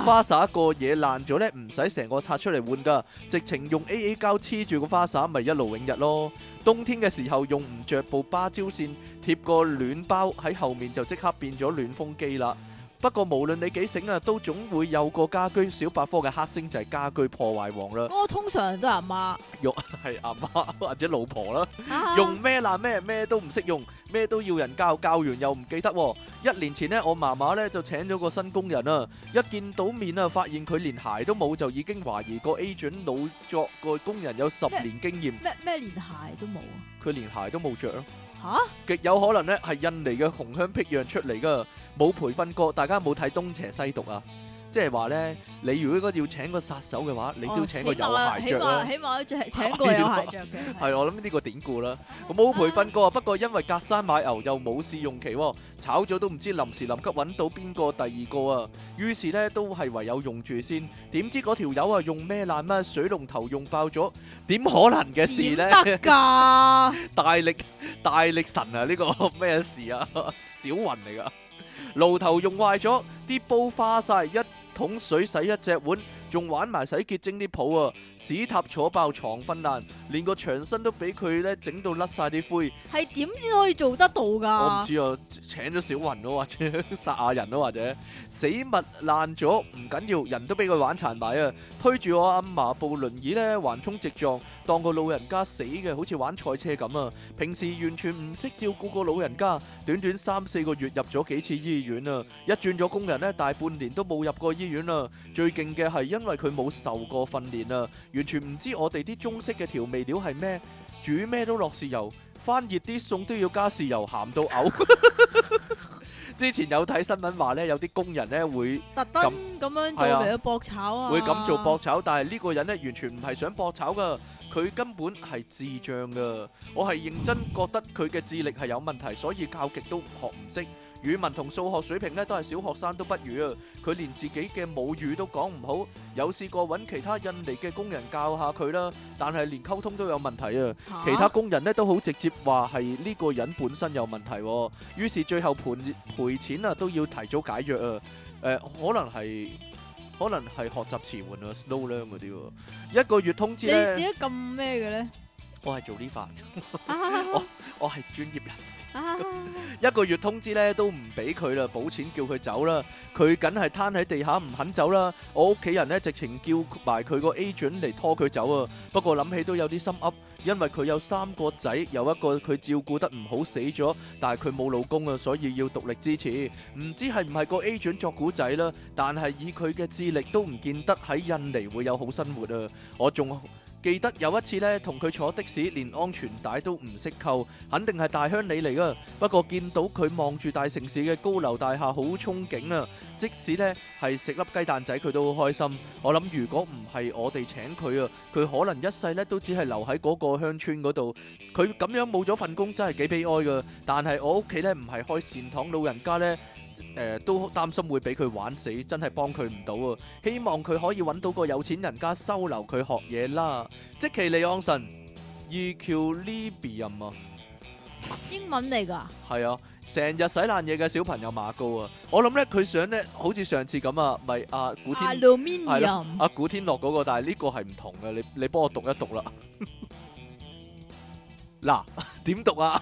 掛掛花灑個嘢爛咗呢，唔使成個拆出嚟換噶，直情用 A A 膠黐住個花灑，咪一勞永逸咯。冬天嘅時候用唔着部芭蕉扇貼個暖包喺後面，就即刻變咗暖風機啦。不過無論你幾醒啊，都總會有個家居小百科嘅黑星就係家居破壞王啦，我通常都係罵，係阿媽或者老婆啦。啊用咩爛咩咩都唔識用，咩都要人教，教完又唔記得、喎。一年前呢，我嫲嫲呢就請咗個新工人啊，一見到面啊，發現佢連鞋都冇，就已經懷疑個 agent 老作個工人有十咩年經驗，咩咩連鞋都冇啊！佢連鞋都冇着咯。吓？極有可能呢係印尼嘅紅香僻壤出嚟噶，冇培訓過。大家有冇睇東邪西毒啊？即係話咧，你如果要請個殺手嘅話，你都要請個有鞋起着啦碼。起碼請請個有鞋着嘅，係，我諗呢個典故啦。我冇培訓過，不過因為隔山買牛又冇試用期喎，炒咗都唔知臨時臨急揾到邊個第二個啊。於是呢，都係唯有用住先。點知嗰條友啊用咩爛乜水龍頭用爆咗，點可能嘅事點呢？得㗎？ 大力大力神啊！呢、個 咩事啊？小雲嚟噶，爐頭用壞咗，啲煲花晒，一桶水洗一隻碗，仲玩埋洗潔精啲泡啊！屎塔坐爆床瞓爛，連個牆身都俾佢咧整到甩晒啲 灰。係點先可以做得到我唔㗎？知啊，請咗小雲咯，或者 殺下人咯，或者死物爛咗唔緊要，人都俾佢玩殘埋啊！推住我阿嫲部輪椅咧，橫衝直撞，當個老人家死嘅，好似玩賽車咁啊！平時完全唔識照顧個老人家，短短三四個月入咗幾次醫院啊！一轉咗工人咧，大半年都冇入過醫院啦。最勁嘅係因為佢冇受過訓練啊，完全唔知我哋啲中式嘅調味料係咩，煮咩都落豉油。翻熱啲餸都要加豉油，鹹到嘔。之前有睇新聞話呢，有啲工人呢 會特登咁樣做係啊嚟去搏炒啊？會咁做搏炒，但係呢個人呢完全唔係想搏炒噶，佢根本係智障噶。我係認真覺得佢嘅智力係有問題，所以教極都學唔識。語文同數學水平呢都係小學生都不如啊！佢連自己嘅母語都講唔好，有試過揾其他印尼嘅工人教下佢啦，但係連溝通都有問題啊！嚇其他工人咧都好直接話係呢個人本身有問題、喎，於是最後賠賠錢啊都要提早解約啊！誒、可能係可能係學習遲緩啊，slow learn 嗰啲喎，一個月通知你咧，點解咁咩嘅咧？我係做呢份，啊我係專業人士。啊一個月通知咧都唔俾佢啦，補錢叫佢走啦，佢梗係攤喺地下唔肯走啦。我屋企人咧直情叫埋佢個 agent 嚟拖佢走啊。不過諗起都有啲心噏，因為佢有三個仔，有一個佢照顧得唔好死咗，但係佢冇老公啊，所以要獨力支持。唔知係唔係個 agent 作古仔啦，但係以佢嘅智力都唔見得喺印尼會有好生活啊。我仲記得有一次咧，同佢坐的士，連安全帶都唔識扣，肯定係大鄉里嚟噶。不過見到佢望住大城市嘅高樓大廈，好憧憬啊！即使呢係食粒雞蛋仔，佢都好開心。我諗如果唔係我哋請佢啊，佢可能一世呢都只係留喺嗰個鄉村嗰度。佢咁樣冇咗份工，真係幾悲哀噶。但係我屋企呢唔係開善堂，老人家呢。誒、都擔心會俾佢玩死，真係幫佢唔到啊！希望佢可以揾到個有錢人家收留佢學嘢啦。即其利昂神 equilibrium 啊！英文嚟㗎？係啊，成日洗爛嘢嘅小朋友馬高啊，我諗咧佢想咧好似上次咁啊，咪阿古阿天 l u 係 m 啦阿古天樂嗰、個，但係呢個係唔同嘅，你你幫我讀一讀啦。 嗱， 點讀啊？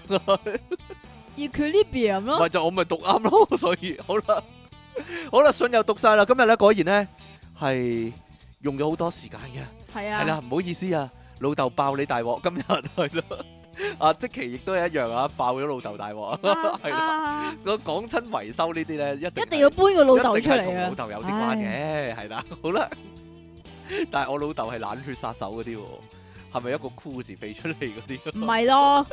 equilibrium 咯，咪就我咪讀啱咯， 所以好啦，好啦，信又讀晒啦。今日咧果然咧係用咗好多時間嘅。係系啦，啊，唔好意思啊，老豆爆你大鑊，今日 係咯，阿即奇亦都係一樣啊，爆咗老豆大鑊， 係啦，啦，我講親維修呢啲咧，一定一定要搬個老一定豆係出嚟同啊老！豆有啲關嘅，係啦， 好啦，但係我老豆係冷血殺手嗰啲喎，係咪一個酷字飛出嚟嗰啲？唔係咯，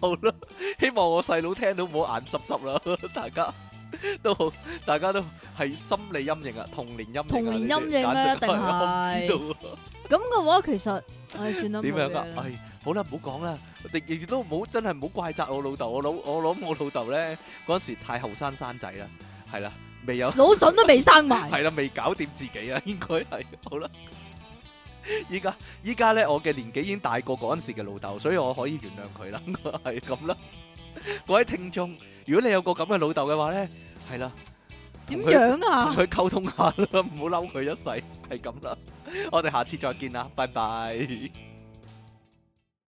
好啦，希望我細佬聽到唔好眼濕濕啦， 大家都好，大家都係心理陰影啊，童年陰影啊，童年陰影呢啲啊簡直係 一定係我唔知道啊。咁嘅話其實，唉，算啦，點冇嘢樣啊？啦唉，好啦，唔好講啦，亦亦都唔好真係唔好怪責我老豆，我老我諗我老豆咧嗰陣時太後生生仔啦，係啦，未有老筍都未生埋，係啦，未搞掂自己啊， 應該係好啦。依家依家咧，我嘅年紀已經大過嗰陣時嘅老豆，所以我可以原諒佢啦， 係咁啦。各位聽眾，如果你有個咁嘅老豆嘅話咧，係啦。點同佢樣同啊？佢溝通下啦，唔好嬲佢一世，係咁啦。我哋下次再見啦，拜拜。